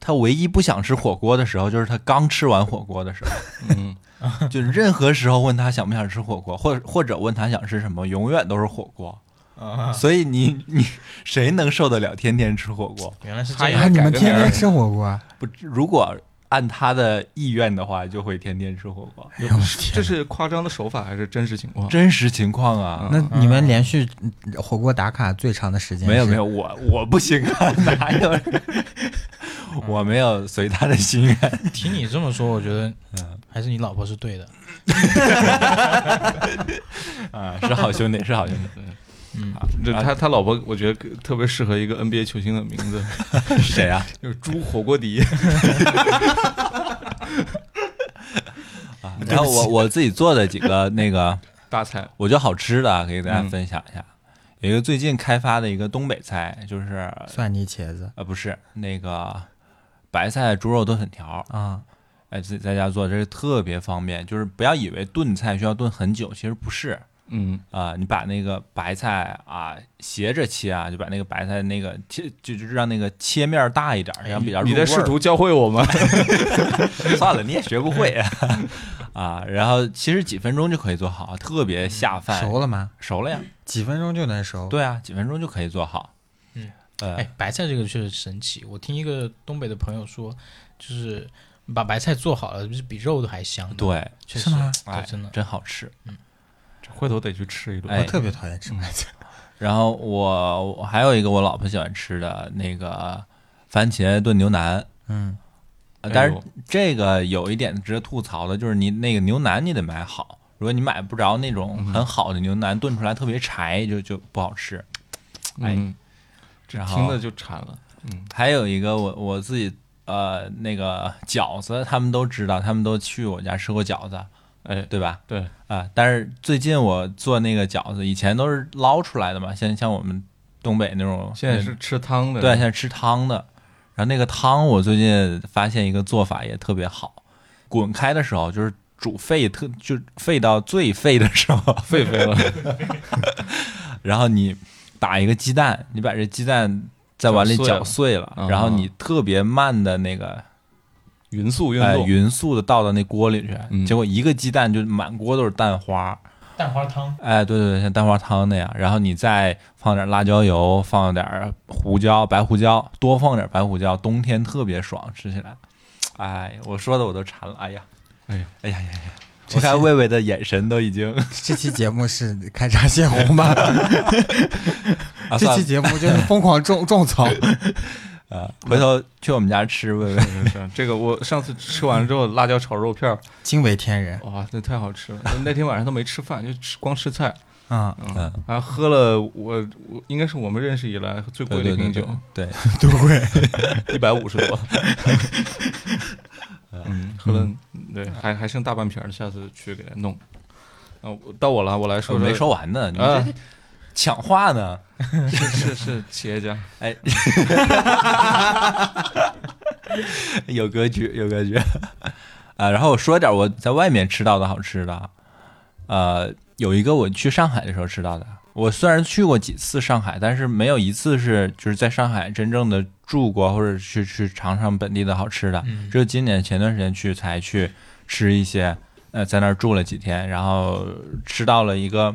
S6: 她唯一不想吃火锅的时候，就是她刚吃完火锅的时候。
S3: 嗯，
S6: 就任何时候问她想不想吃火锅，或者或者问她想吃什么，永远都是火锅。
S4: 啊
S6: 所以你你谁能受得了天天吃火锅？
S5: 原来是这
S3: 哎
S4: 啊，
S5: 样
S4: 你
S3: 改
S4: 们
S3: 个
S4: 天
S3: 名儿
S4: 天吃火锅啊？
S6: 不，如果按她的意愿的话，就会天天吃火锅。
S4: 哎呦我的
S3: 这
S4: 天！
S3: 是夸张的手法还是真实情况？
S6: 真实情况啊，
S4: 那你们连续嗯火锅打卡最长的时间
S6: 没有
S4: 是
S6: 没有，，我我不行啊，哪有？ 我没有随他的心愿，
S5: 的。 听你这么说，我觉得
S6: 嗯
S5: 还是你老婆是对的。
S6: 啊，是好兄弟，是好兄弟。
S3: 啊这他他老婆我觉得特别适合一个 NBA 球星的名字，
S6: 谁啊？
S3: 就是猪火锅底。
S6: 啊 然后我我自己做的几个那个，
S3: 大菜
S6: 我觉得好吃的啊，可以给大家分享一下。有一个最近开发的一个东北菜，就是
S4: 蒜泥茄子
S6: 呃不是那个白菜猪肉炖粉条，
S4: 啊，
S6: 哎自己在家做，这是特别方便。就是不要以为炖菜需要炖很久，其实不是，
S3: 嗯，
S6: 啊、你把那个白菜啊斜着切啊，就把那个白菜那个切，就就是让那个切面大一点儿，然后比较入
S3: 你
S6: 味
S3: 在
S6: 儿。
S3: 试图教会我 吗？
S6: 算了，你也学不会啊。然后其实几分钟就可以做好，啊特别下饭，
S4: 熟了嗯吗？
S6: 熟了呀。
S4: 几分钟就能熟？，
S6: 对啊，几分钟就可以做好。
S5: 嗯，
S6: 呃
S5: 哎，，白菜这个确实神奇。我听一个东北的朋友说，就是把白菜做好了，就是比肉都还香呢。
S6: 对，
S5: 确实
S4: 是吗，
S5: 对
S6: 哎，
S5: 真的。
S6: 真好吃。
S3: 回头得去吃一顿。
S4: 我
S6: 哎
S4: 特别讨厌吃白菜。
S6: 然后我我还有一个我老婆喜欢吃的那个番茄炖牛腩，
S4: 嗯，
S6: 呃
S3: 哎
S6: 但是
S3: 呦
S6: 这个有一点值得吐槽的，就是你那个牛腩你得买好，如果你买不着那种很好的牛腩，炖出来特别柴，就就不好吃。哎
S3: 嗯，
S6: 然
S3: 听
S6: 后
S3: 着就馋了。嗯，
S6: 还有一个我我自己呃那个饺子，他们都知道，他们都去我家吃过饺子，
S3: 哎，
S6: 对吧？
S3: 对，
S6: 啊、但是最近我做那个饺子，以前都是捞出来的嘛，像像我们东北那种，
S3: 现在是吃汤的。
S6: 对，现在吃汤的。然后那个汤，我最近发现一个做法也特别好，滚开的时候就是煮沸特，就沸到最沸的时候，
S3: 狒狒了，
S6: 然后你打一个鸡蛋，你把这鸡蛋在碗里
S3: 搅
S6: 搅
S3: 碎
S6: 碎了，
S3: 啊
S6: 然后你特别慢的那个
S3: 匀速运
S6: 哎
S3: 动，
S6: 匀速的倒到那锅里去，
S3: 嗯
S6: 结果一个鸡蛋就满锅都是蛋花，
S5: 蛋花汤，
S6: 哎，对对对，像蛋花汤那样，然后你再放点辣椒油，放点胡椒、白胡椒，多放点白胡椒，冬天特别爽，吃起来。哎，我说的我都馋了，哎呀，
S3: 哎呀，
S6: 哎呀呀呀！我看魏魏的眼神都已经
S4: 这期节目是开闸泄洪 吧？
S6: 啊，
S4: 这
S6: 算
S4: 期
S6: 了
S4: 节目就是疯狂种种 草。
S6: 啊，回头去我们家吃魏魏。
S3: 是是这个我上次吃完之后，辣椒炒肉片儿，
S4: 惊为天人
S3: 哇，那太好吃了！那天晚上都没吃饭，就吃光吃菜，
S4: 啊！
S6: 嗯，
S3: 还喝了我我应该是我们认识以来最贵
S6: 对
S3: 的
S6: 对
S3: 一
S6: 对
S3: 瓶
S6: 对
S3: 酒，
S6: 对，
S4: 多贵！
S3: 一百五十多。嗯，喝了，对，还还剩大半瓶儿，下次去给它弄。啊，我到我了，我来说
S6: 我
S3: 说。
S6: 呃没说完呢，你
S3: 啊
S6: 这抢话 呢？
S3: 是是是企业家，
S6: 哎， 有格局，有格局啊！然后我说点我在外面吃到的好吃的啊，呃，有一个我去上海的时候吃到的。我虽然去过几次上海，但是没有一次是就是在上海真正的住过，或者去去尝尝本地的好吃的。只有今年前段时间去才去吃一些，呃，在那儿住了几天，然后吃到了一个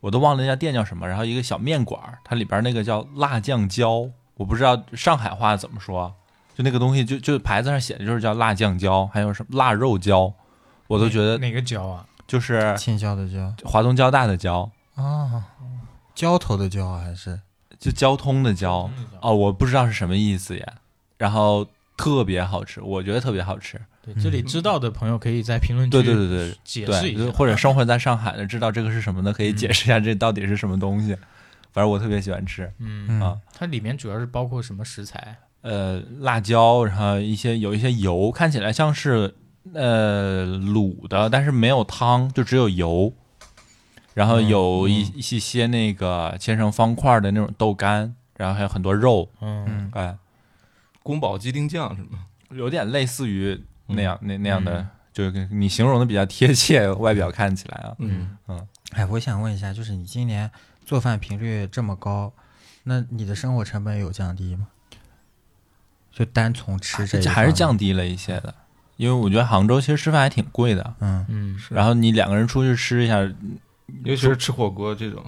S6: 我都忘了那家店叫什么，然后一个小面馆儿，它里边儿那个叫辣酱椒，我不知道上海话怎么说，就那个东西就就牌子上写的就是叫辣酱椒，还有什么腊肉椒，我都觉得
S5: 哪个椒啊？
S6: 就是
S4: 青椒的椒
S6: 华东交大的交，
S4: 啊，浇头的浇还是
S6: 就交通的交
S5: 交通的交
S6: 哦，我不知道是什么意思耶，然后特别好吃，我觉得特别好吃，
S5: 对，这里知道的朋友可以在评论区
S6: 嗯对对对对对
S5: 解释
S6: 对，
S5: 一
S6: 就
S5: 下，
S6: 是或者生活在上海的知道这个是什么的，可以解释一下这到底是什么东西，反正我特别喜欢吃。
S5: 嗯，
S6: 啊
S5: 它里面主要是包括什么食材？
S6: 呃辣椒，然后一些有一些油，看起来像是呃卤的，但是没有汤，就只有油。然后有
S5: 嗯
S6: 一、一些那个切成方块的那种豆干，然后还有很多肉，
S5: 嗯，
S6: 哎，
S3: 宫保鸡丁酱是吗？
S6: 有点类似于那样、
S4: 嗯
S6: 那那样的，就是跟你形容的比较贴切，外表看起来啊，
S3: 嗯，
S4: 哎，我想问一下，就是你今年做饭频率这么高，那你的生活成本有降低吗？就单从吃 这一
S6: 啊还是
S4: 方面，
S6: 降低了一些的。因为我觉得杭州其实吃饭还挺贵的，
S4: 嗯，
S5: 嗯，
S6: 然后你两个人出去吃 一下，
S3: 尤其是吃火锅这种，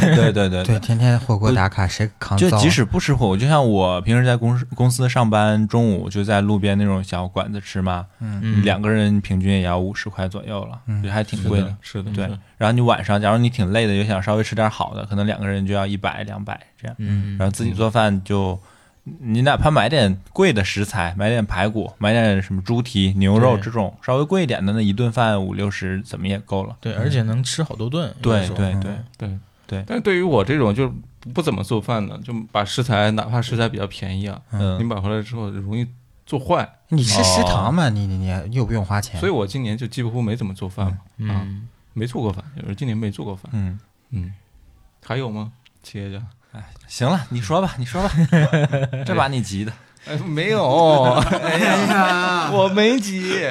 S6: 对对对
S4: 对，天天火锅打卡，谁扛
S6: 就
S4: 造啊？
S6: 即使不吃火锅，就像我平时在公司公司上班，中午就在路边那种小馆子吃嘛，
S5: 嗯
S6: 两个人平均也要五十块左右了，
S4: 嗯
S6: 就还挺
S3: 是
S6: 贵
S3: 的，是的，
S6: 对
S3: 是的，
S6: 然后你晚上，假如你挺累的，又想稍微吃点好的，可能两个人就要一百两百这样。
S5: 嗯
S6: 然后自己做饭就，你哪怕买点贵的食材，买点排骨，买点什么猪蹄、牛肉
S5: 对
S6: 这种稍微贵一点的，那一顿饭五六十怎么也够了。
S5: 对，而且能吃好多顿，有的
S6: 嗯对
S5: 时候
S6: 对对，
S3: 对
S6: 对
S3: 但是对于我这种就不怎么做饭的，就把食材，哪怕食材比较便宜啊，你
S6: 嗯，
S3: 买回来之后容易做坏，
S4: 你吃食堂嘛，你你你你又不用花钱，
S3: 所以我今年就几乎没怎么做饭嘛，啊，
S5: 嗯，
S3: 没做过饭，就是今年没做过饭。
S6: 嗯，
S3: 嗯，还有吗？企业家？
S6: 行了，你说吧，你说吧，这把你急的。
S3: 哎，没有， 哎呀，我没急。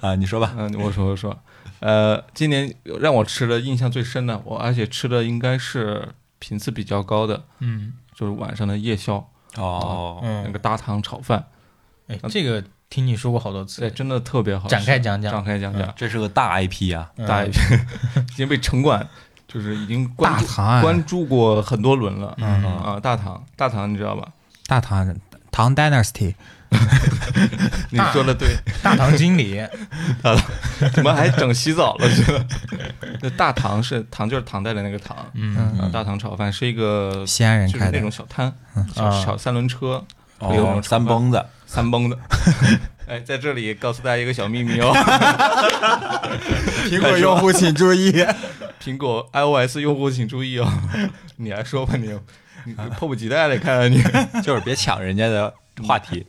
S6: 啊，你说吧。
S3: 嗯，我说我说，呃，今年让我吃的印象最深的，我而且吃的应该是频次比较高的，
S5: 嗯
S3: 就是晚上的夜宵，
S6: 哦，
S3: 那
S5: 嗯，
S3: 个大堂炒饭，
S5: 哎，这个听你说过好多次
S3: 哎，，真的特别好吃。
S5: 展开讲
S3: 展
S5: 讲，
S3: 开讲讲，
S6: 这是个大 IP 啊，
S5: 嗯
S3: 大爷 已经被城管就是已经关
S4: 大
S3: 注
S4: 堂啊，
S3: 关注过很多轮了。
S5: 嗯
S3: 啊，大堂，大堂，你知道吧？
S4: 大唐唐 Dynasty
S3: 你说的对，
S5: 大堂经理，
S3: 怎么还整洗澡了？觉得那大堂是唐就是唐代的那个唐，
S5: 嗯
S4: 嗯
S3: 啊大堂炒饭是一个
S4: 西安人
S3: 呃就是
S4: 开
S3: 那
S4: 的
S3: 种，小摊，小
S5: 啊
S3: 小三轮车，
S6: 哦
S3: 有那种
S6: 三蹦子，
S3: 三蹦的。哎，在这里告诉大家一个小秘密哦，
S4: 苹果用户请注意，
S3: 苹果 iOS 用户请注意哦。你来说吧，你你迫不及待的看看你。
S6: 就是别抢人家的话题。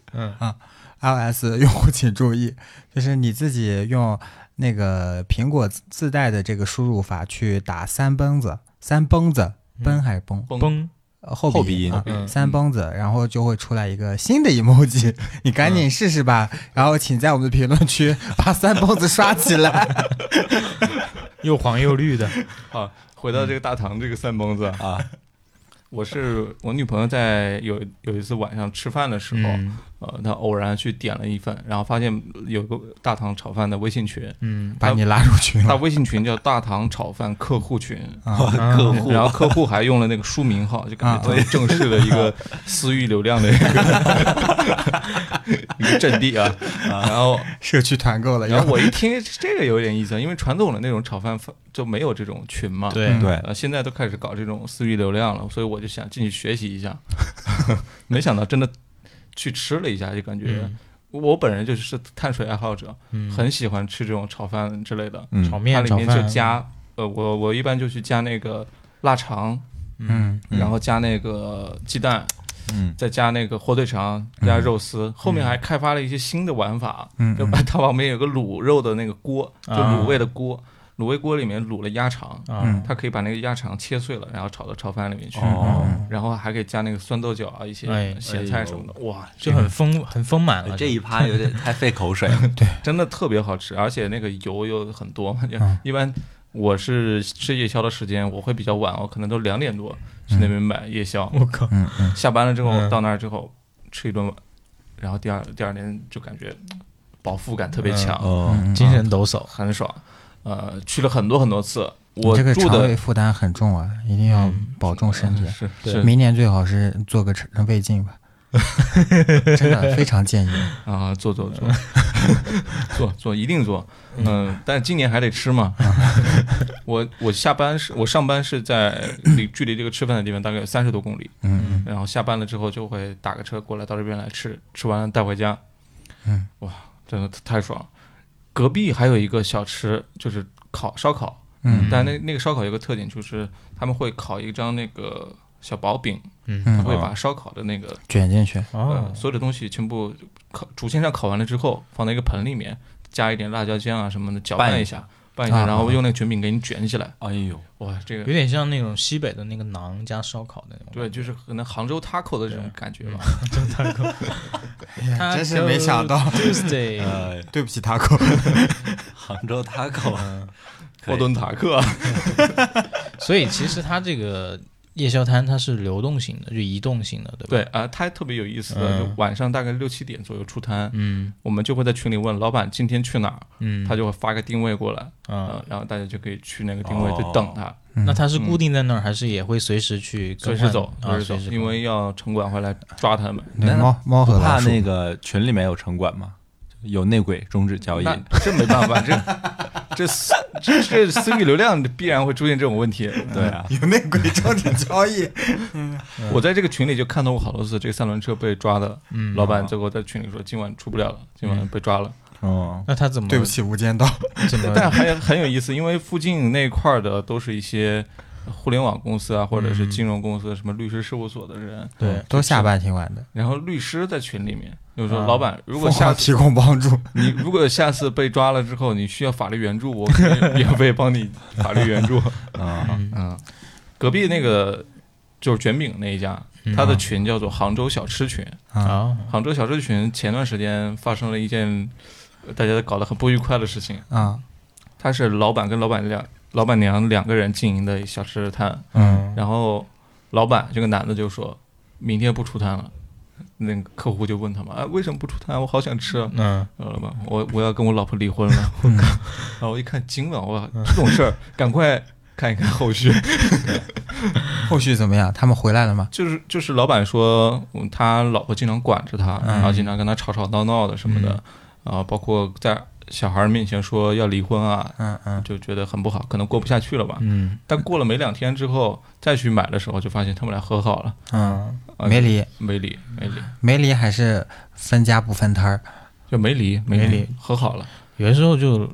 S4: iOS 用户请注意， 就是你自己用那个苹果自自带的这个输入法去打三蹦子，三蹦子，
S3: 嗯
S4: 蹦还是蹦？
S5: 崩，
S4: 呃后
S6: 后鼻
S4: 鼻
S6: 音
S4: 啊
S5: 嗯
S4: 三蹦子，然后就会出来一个新的 emoji，你 赶紧试试吧。
S3: 嗯
S4: 然后请在我们的评论区把三蹦子刷起 来。
S5: 又黄又绿的，
S3: 好，回到这个大堂这个三蹦子
S6: 啊，
S3: 我是我女朋友在有有一次晚上吃饭的时候，
S5: 嗯
S3: 呃，他偶然去点了一份，然后发现有个大唐炒饭的微信群，
S5: 嗯
S4: 把你拉入群
S3: 他
S4: 了。
S3: 微信群叫大唐炒饭客户群，
S5: 嗯
S6: 客户
S3: 然后客户还用了那个书名号，就感觉特别正式的一个私域流量的一个一个阵地啊。然后，
S4: 社区团购了，
S3: 然
S4: 然
S3: 后
S4: 后
S3: 我一听这个有点意思，因为传统的那种炒饭饭就没有这种群嘛。
S5: 对
S4: 嗯
S6: 对，
S3: 呃，现在都开始搞这种私域流量了，所以我就想进去学习一下。没想到真的去吃了一下，就感觉、
S5: 嗯
S3: 我本人就是碳水爱好者，
S5: 嗯
S3: 很喜欢吃这种炒饭之类的。
S6: 嗯
S5: 炒
S3: 它
S5: 面
S3: 里
S5: 炒
S3: 面就
S5: 饭
S3: 加呃，我我一般就去加那个腊肠，
S4: 嗯，
S6: 嗯
S3: 然后加那个鸡蛋，
S6: 嗯
S3: 再加那个火腿肠，
S5: 嗯
S3: 加肉丝。后面还开发了一些新的玩法，
S4: 嗯
S3: 就把它旁边有个卤肉的那个锅，就
S5: 啊
S3: 卤味的锅，卤味锅里面卤了鸭肠，
S5: 啊
S3: 它可以把那个鸭肠切碎了，然后炒到炒饭里面去。
S6: 哦，
S3: 然后还可以加那个酸豆角啊，一些
S5: 哎
S3: 咸菜什么的，哇，
S5: 就很丰很丰满了。
S6: 哎这一趴有点太费口水了，
S3: 真的特别好吃，而且那个油又很多嘛。就
S4: 嗯
S3: 一般我是吃夜宵的时间，我会比较晚，我可能都两点多去
S4: 嗯
S3: 那边买夜宵。
S5: 我靠，
S3: 下班了之后
S5: 嗯
S3: 到那儿之后吃一顿，然后第二第二天就感觉饱腹感特别
S4: 嗯
S3: 强，
S6: 哦，
S5: 精神抖擞。
S3: 很爽。呃，去了很多很多次，
S4: 你
S3: 我
S4: 这个
S3: 住
S4: 肠胃
S3: 的
S4: 负担很重啊，一定要保重身体。
S3: 是
S5: 对
S3: 是
S4: 明年最好是做个肠胃镜 吧，真的非常建议。
S3: 啊，做做 做做做，一定做。嗯，但今年还得吃 嘛。我我下班是我上班是在离距离这个吃饭的地方大概有三十多公里，
S4: 嗯，
S3: 然后下班了之后就会打个车过来到这边来吃，吃完了带回家。
S4: 嗯，
S3: 哇，真的太爽了！隔壁还有一个小吃，就是烤烧烤。
S4: 嗯
S3: 但那那个烧烤有个特点，就是他们会烤一张那个小薄饼，
S4: 嗯
S3: 他会把烧烤的那个
S4: 卷进去，
S5: 哦
S3: 呃，，所有的东西全部烤竹签上烤完了之后，放在一个盆里面，加一点辣椒酱啊什么的，搅拌一下，拌一下，嗯
S4: 啊
S3: 然后用那个卷饼给你卷起来。
S6: 哎呦，
S3: 哇，这
S5: 有
S3: 个
S5: 点像那种西北的那个馕加烧烤的那种。
S3: 对，就是可能杭州 taco 的这种感觉吧。
S5: Taco
S4: 真是没想到
S5: Tuesday，
S6: 呃，
S4: 对不起，大哥。
S6: 杭州 taco，可以
S3: 霍顿塔克，
S5: 所以其实它这个夜宵摊它是流动型的，就移动型的，对
S3: 对
S5: 吧？
S3: 啊，它特别有意思的，
S5: 嗯
S3: 就晚上大概六七点左右出摊，
S5: 嗯
S3: 我们就会在群里问老板今天去哪儿，
S5: 嗯，
S3: 他就会发个定位过来，
S5: 啊
S3: 嗯，，哦然后大家就可以去那个定位去等他，
S4: 嗯
S5: 那它是固定在那儿，还是也会随时去
S3: 随
S5: 更
S3: 时
S5: 换
S3: 走，随
S5: 啊，
S3: 时走，因
S5: 更换
S3: 为要城管会来抓他们。
S4: 那猫猫和
S6: 不怕
S4: 老鼠，
S6: 那 个群里面有城管吗？有内鬼终止交易，
S3: 那这没办法，这 这私这这私域流量必然会出现这种问题。
S5: 嗯
S6: 对啊，
S4: 有内鬼终止交易。
S3: 我在这个群里就看到过好多次，这个三轮车被抓的，
S5: 嗯
S3: 老板最后在群里说今晚出不了了，今晚被抓了。
S6: 哦，
S5: 那他怎么
S4: 对不起，《无间道》
S5: 怎么
S3: 但很很有意思，因为附近那块儿的都是一些互联网公司啊，或者是金融公司、什么律师事务所的人，
S5: 嗯对
S4: 都下班挺晚的，
S3: 然后律师在群里面就是说，
S5: 啊
S3: 老板，如果
S4: 疯
S3: 下
S4: 狂
S3: 次
S4: 提供帮助。
S3: 你如果下次被抓了之后，你需要法律援助，我可以免费帮你法律援助。
S6: 啊，
S3: 嗯，隔壁那个就是卷饼那一家，他的群叫做杭州小吃群。
S5: 啊？
S3: 杭州小吃群前段时间发生了一件呃大家搞得很不愉快的事情，
S4: 啊，
S3: 他是老板跟老板两老板娘两个人经营的小吃摊，
S5: 嗯
S3: 然后老板这个男的就说明天不出摊了。那个客户就问他嘛，啊，为什么不出摊？我好想吃啊。
S5: 嗯，
S3: 知道了吧？我我要跟我老婆离婚了。我靠！然后我一看今晚哇，这种事儿，赶快看一看后续。
S4: 后续怎么样？他们回来了吗？
S3: 就是就是老板说，嗯他老婆经常管着他，然后经常跟他吵吵闹闹的什么的，啊，包括在小孩儿面前说要离婚啊，
S4: 嗯嗯，
S3: 就觉得很不好，可能过不下去了吧。
S5: 嗯
S3: 但过了没两天之后，再去买的时候，就发现他们俩和好了，
S5: 嗯
S3: 啊
S4: 没离，
S3: 没离，没离，
S4: 没离还是分家不分摊儿。
S3: 就没离，
S5: 没
S3: 离
S5: 离，
S3: 和好了。
S5: 有的时候就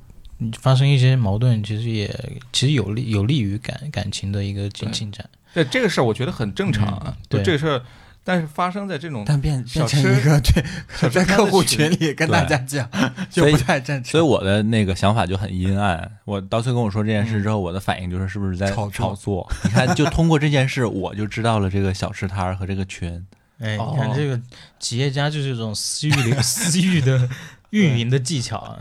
S5: 发生一些矛盾，其实也其实有利有利于感感情的一个进进展。
S3: 对这个事儿，我觉得很正常啊。
S5: 对
S3: 就这个事儿，但是发生在这种
S4: 但变
S3: 小
S4: 变
S3: 吃
S4: 成一个对， 在客户群
S3: 里。
S4: 里跟大家讲，就
S6: 所以
S4: 不太正
S6: 所
S4: 常
S6: 以。我的那个想法就很阴暗。我刀崔跟我说这件事之后，我的反应就是是不是在
S4: 炒作
S6: 炒作？你看，就通过这件事，我就知道了这个小吃摊儿和这个群。
S5: 哎，
S3: 哦
S5: 你看这个企 业家就是这种私域的私域的运营的技巧啊。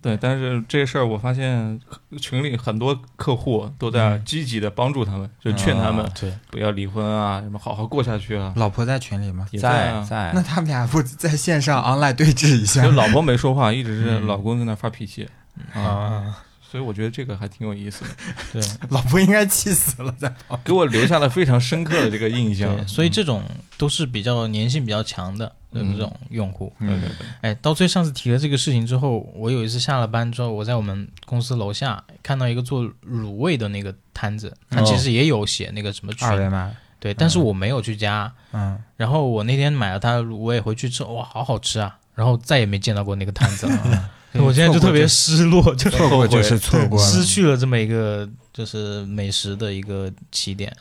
S3: 对，但是这事儿我发现群里很多客户都在积极的帮助他们，就劝他们
S5: 对，
S3: 不要离婚啊，什么好好过下去啊，
S4: 老婆在群里吗？
S3: 也
S6: 在
S3: 啊。
S6: 在
S4: 那他们俩不在线上 online 对峙 一下
S3: 就？老婆没说话，一直是老公在那发脾气，
S5: 啊，
S3: 所以我觉得这个还挺有意思的，
S5: 对，
S4: 老婆应该气死了，在旁
S3: 给我留下了非常深刻的这个印象。
S5: 对，所以这种都是比较粘性比较强的这
S3: 嗯
S5: 种用户。
S3: 对对对，
S5: 哎，刀崔上次提了这个事情之后，我有一次下了班之后，我在我们公司楼下看到一个做卤味的那个摊子，他其实也有写那个什么群，
S4: 二维码，
S5: 对，但是我没有去加。
S4: 嗯，
S5: 然后我那天买了他的卤味回去吃，哇，好好吃啊！然后再也没见到过那个摊子了，所以 我现在就特别失落，就
S4: 错过就是错过
S5: 失
S4: 了。
S5: 去了这么一个就是美食的一个起点。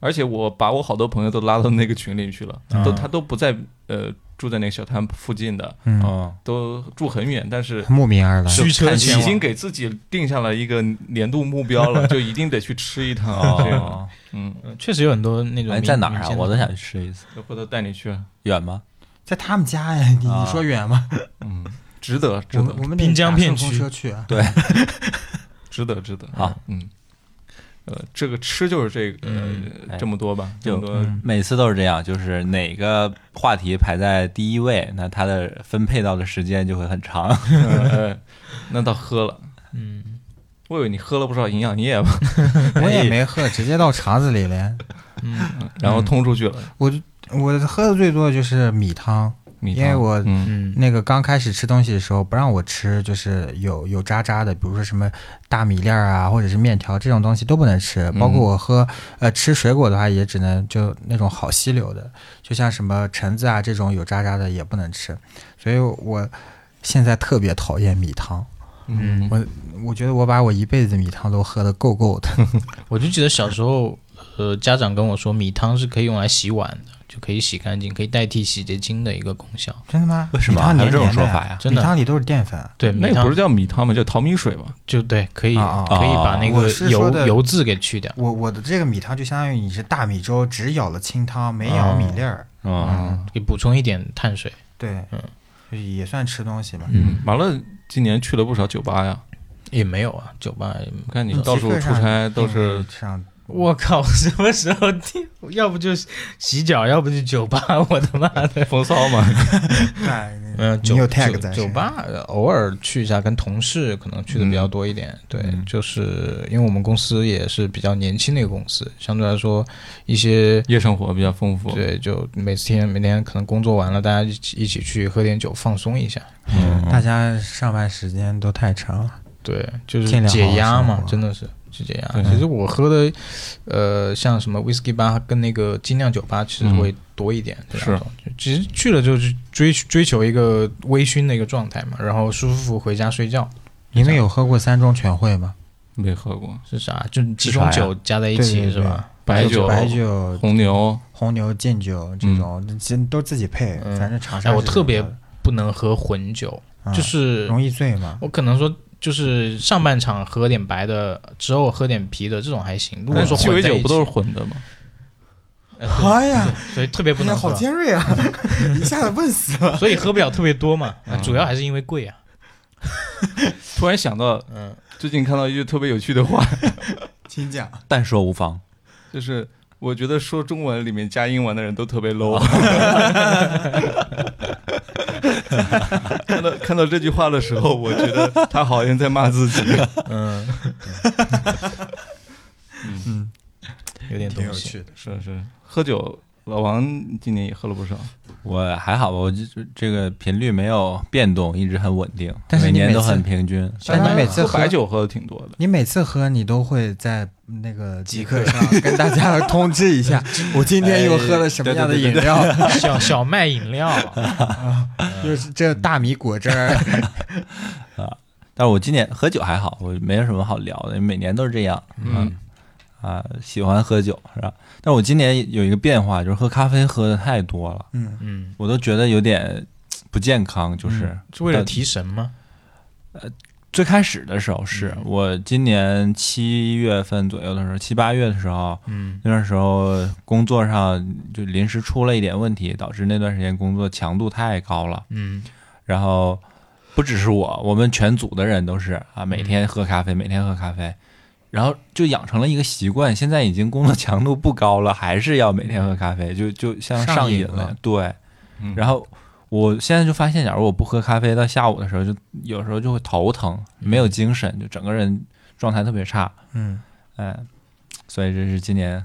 S3: 而且我把我好多朋友都拉到那个群里去了，都他都不在呃住在那个小摊附近的，
S4: 嗯，
S6: 嗯
S3: 都住很远，但是
S4: 慕名而来，
S5: 驱车
S3: 已
S5: 前
S3: 经
S5: 往，
S3: 给自己定下了一个年度目标了，就一定得去吃一趟啊。这个
S6: 哦，
S3: 嗯，
S5: 确实有很多那种
S6: 哎，
S5: 民
S6: 在哪儿
S5: 民
S6: 啊？
S5: 间的
S6: 我都想去吃一次，
S3: 就回头带你去啊，
S6: 远吗？
S4: 在他们家呀？你你说远吗？
S3: 嗯，值得，值
S4: 我们我
S3: 得，
S4: 们得
S5: 啊滨江
S4: 打
S5: 片
S4: 顺风
S5: 区
S4: 车去啊，
S3: 值得，值得。
S6: 好，
S3: 嗯，呃，这个吃就是这个
S6: 嗯
S3: 呃
S6: 哎
S3: 这么多吧，这
S6: 就嗯
S3: 么多
S6: 每次都是这样，就是哪个话题排在第一位，那它的分配到的时间就会很长。
S3: 呃，哎那倒喝了。
S5: 嗯，
S3: 我以为你喝了不少营养液吧，
S4: 我
S5: 哎
S4: 也没喝，直接到肠子里了。
S3: 然后通出去了。
S4: 我我喝的最多的就是米汤，
S3: 米
S4: 因为
S3: 汤
S4: 我
S3: 嗯
S5: 嗯
S4: 那个刚开始吃东西的时候不让我吃，就是有有渣渣的，比如说什么大米粒儿啊，或者是面条这种东西都不能吃。包
S6: 嗯
S4: 括我喝呃吃水果的话，也只能就那种好吸溜的，就像什么橙子啊这种有渣渣的也不能吃。所以我现在特别讨厌米汤，
S3: 嗯，
S4: 我我觉得我把我一辈子米汤都喝得够够的。
S5: 我就记得小时候，呃，家长跟我说，米汤是可以用来洗碗的，就可以洗干净，可以代替洗洁精的一个功效。
S4: 真的吗？
S6: 为什么
S4: 米汤
S6: 还有
S4: 黏
S6: 这种
S4: 黏的
S6: 说法呀？
S5: 真的
S4: 米汤里都是淀粉。
S5: 对，
S3: 那个
S5: 米汤
S3: 不是叫米汤吗？叫淘米水吧？
S5: 就对，可以、
S4: 啊啊
S5: 可以把那
S4: 啊
S5: 个
S4: 我是说
S5: 油
S4: 的
S5: 油渍给去掉。
S4: 我我的这个米汤就相当于你是大米粥，只舀了清汤，没舀米粒儿。
S6: 嗯，
S5: 给补充一点碳水。
S4: 对，就是也算吃东西吧。
S3: 嗯，完了，今年去了不少酒吧呀。
S5: 也没有啊，酒吧也没
S3: 我看你到处出差都是
S5: 嗯
S4: 上
S5: 我靠， 什么时候听？要不就洗脚，要不就酒吧， 我他妈的。
S3: 风骚 嘛。
S4: 对，
S5: 嗯，
S4: 你
S5: 酒
S4: 有 tag
S5: 酒
S4: 在
S5: 酒
S4: 身
S5: 吧呃偶尔去一下，跟同事可能去的比较多一
S4: 嗯
S5: 点。对，就是因为我们公司也是比较年轻的一个公司，相对来说一些
S3: 夜生活比较丰富。
S5: 对，就每天每天可能工作完了，大家一起一起去喝点酒放松一下。
S4: 大家上班时间都太长了，
S5: 对，就是
S4: 尽量好好
S5: 解压
S4: 生
S5: 嘛，
S4: 活
S5: 真的是是解压。
S3: 对
S5: 其实我喝的，呃，像什么 whisky 吧跟那个精酿酒吧，其实
S3: 嗯
S5: 会多一点。这
S3: 是
S5: 两种，就其实去了就是追追求一个微醺的一个状态嘛，然后舒舒服服回家睡觉。
S4: 你们有喝过三中全会吗？
S3: 没喝过
S5: 是啥？就是几
S6: 是
S5: 种
S6: 啥呀
S5: 酒加在一起
S4: 对对
S5: 是吧？
S3: 白酒、
S4: 白酒、
S3: 红牛，
S4: 红牛、劲酒这种，其实都自己配，
S5: 嗯
S4: 反正长沙
S5: 哎，
S4: 是
S5: 我
S4: 这
S5: 特别
S4: 样的
S5: 不能喝混酒，
S4: 嗯
S5: 就是
S4: 容易醉嘛。
S5: 我可能说。就是上半场喝点白的，之后喝点啤的，这种还行。如果
S3: 但
S5: 说
S3: 鸡
S5: 混
S3: 尾
S5: 在
S3: 酒
S5: 一
S3: 不
S5: 起
S3: 都，是混的吗？
S5: 哎对
S4: 哎呀，
S5: 所以特别不
S4: 哎呀，
S5: 能喝。
S4: 好尖锐啊！一下子问死 了。
S5: 所以喝不了特别多嘛，主要还是因为贵啊。
S3: 突然想到，
S5: 嗯，
S3: 最近看到一句特别有趣的话，
S4: 请讲，
S6: 但说无妨。
S3: 就是我觉得说中文里面加英文的人都特别
S5: 哦
S3: low。看到看到这句话的时候，我觉得他好像在骂 自己。
S5: 有点
S4: 挺
S5: 东
S4: 有
S5: 西。
S4: 趣的。
S3: 是是，喝酒，老王今年也喝了不少。
S6: 我还好吧，我就这个频率没有变动，一直很稳定，
S4: 但是
S6: 每
S4: 你
S6: 年
S4: 每
S6: 都
S4: 次
S6: 很平均。
S4: 但你每次喝
S3: 白酒喝的挺多的，
S4: 你每次喝，你都会在那个即刻上跟大家通知一下，我今天又喝了什么样的饮料，
S5: 小小麦饮 料，
S4: 就是这大米果汁儿。
S6: 但是我今年喝酒还好，我没有什么好聊的，每年都是这样。
S3: 嗯，
S6: 啊，喜欢喝酒是吧？但我今年有一个变化，就是喝咖啡喝的太多了，
S4: 嗯，
S5: 嗯，
S6: 我都觉得有点嘖不健康。就是、
S5: 是为了提神吗？
S6: 最开始的时候是，我今年七月份左右的时候，七八月的时候，
S5: 嗯
S6: 那段时候工作上就临时出了一点问题，导致那段时间工作强度太高了，
S5: 嗯
S6: 然后不只是我，我们全组的人都是啊，每天喝咖啡，每天喝咖啡，然后就养成了一个习惯。现在已经工作强度不高了，还是要每天喝咖啡，就就像
S5: 上
S6: 上
S5: 瘾
S6: 瘾了
S5: 了。
S6: 对
S3: 嗯，
S6: 然后我现在就发现，假如我不喝咖啡，到下午的时候就有时候就会头疼，没有精神，就整个人状态特别差。
S4: 嗯，
S6: 哎，所以这是今年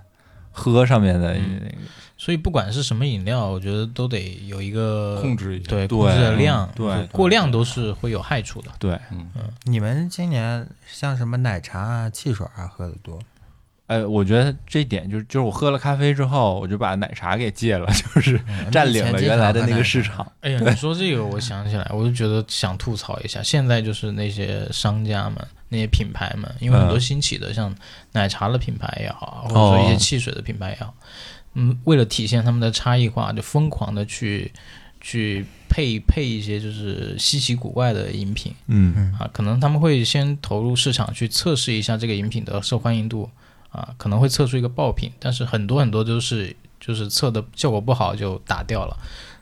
S6: 喝上面的
S5: 嗯所以不管是什么饮料，我觉得都得有一个
S3: 控制一下
S5: 对
S6: 对
S5: 控制的量，
S6: 对
S5: 过量都是会有害处的。
S6: 对，
S4: 你们今年像什么奶茶啊、汽水啊喝的多？
S6: 哎，我觉得这一点就是，就是我喝了咖啡之后，我就把奶茶给戒了， 就是占领了原来的那个市场。
S5: 哎呀，你说这个，我想起来，我就觉得想吐槽一下。现在就是那些商家们、那些品牌们，因为很多
S6: 嗯
S5: 新起的，像奶茶的品牌也好，或者说一些
S6: 哦
S5: 汽水的品牌也好，嗯，为了体现他们的差异化，就疯狂的去去配配一些就是稀奇古怪的饮品
S6: 嗯
S5: 啊，可能他们会先投入市场去测试一下这个饮品的受欢迎度啊，可能会测出一个爆品，但是很多很多就是就是测的效果不好就打掉了，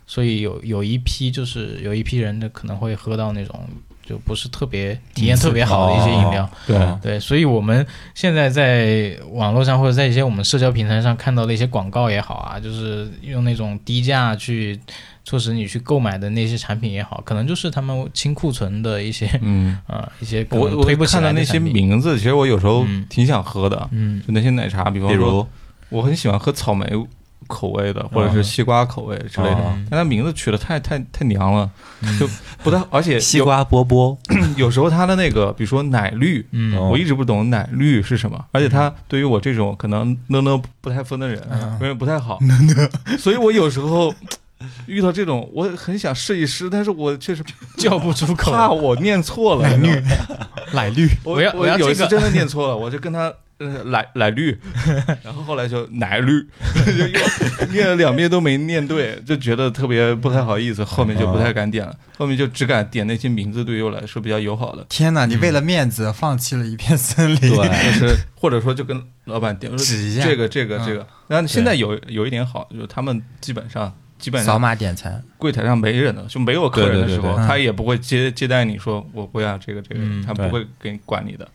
S5: 所以有有一批就是有一批人的可能会喝到那种就不是特别体验特别好的一些饮料。
S6: 哦对
S5: 对，所以我们现在在网络上或者在一些我们社交平台上看到的一些广告也好啊，就是用那种低价去促使你去购买的那些产品也好，可能就是他们清库存的一些
S3: 嗯，
S5: 啊一些可
S3: 我
S5: 能推不
S3: 我
S5: 起
S3: 看
S5: 来
S3: 到
S5: 的
S3: 那些
S5: 产品
S3: 名字，其实我有时候
S5: 嗯
S3: 挺想喝的，啊
S5: 嗯
S3: 就那些奶茶，比方
S6: 比
S3: 说
S6: 如
S3: 我很喜欢喝草莓口味的，或者
S6: 哦
S3: 是西瓜口味之类的，
S6: 嗯
S3: 但它名字取的太太太娘了，就不 太，而且有
S6: 西瓜波波，
S3: 有时候它的那个，比如说奶绿，
S5: 嗯
S6: 哦嗯
S3: 我一直不懂奶绿是什么，而且它对于我这种可能呢呢不太分的人，
S6: 嗯
S3: 有点不太 好，所以我有时候。遇到这种，我很想试一试，但是我确实
S5: 叫不出口，
S3: 怕我念错了。奶绿，
S5: 奶绿，
S3: 我
S5: 我要
S3: 我
S5: 要
S3: 有
S5: 这
S3: 一次
S5: 个
S3: 真的念错了，我就跟他呃奶奶绿，然后后来就奶绿， 就又念了两遍都没念对，就觉得特别不太好意思，后面就不太敢点了，后面就只敢点那些名字对于我来说比较友好的，
S4: 天哪，你为了面子放弃了一片森林。
S6: 对，
S3: 就是或者说就跟老板点
S4: 指一下
S3: 这个这个
S4: 嗯
S3: 这个。那现在有有一点好，就是他们基本上基本
S4: 扫
S3: 上
S4: 码点餐，
S3: 柜台上没人了，就没有客人的时
S6: 对
S3: 候，
S6: 对
S4: 对对
S3: 他也不会接接待你说我不要这个这个
S5: 嗯，
S3: 他不会给你管你的。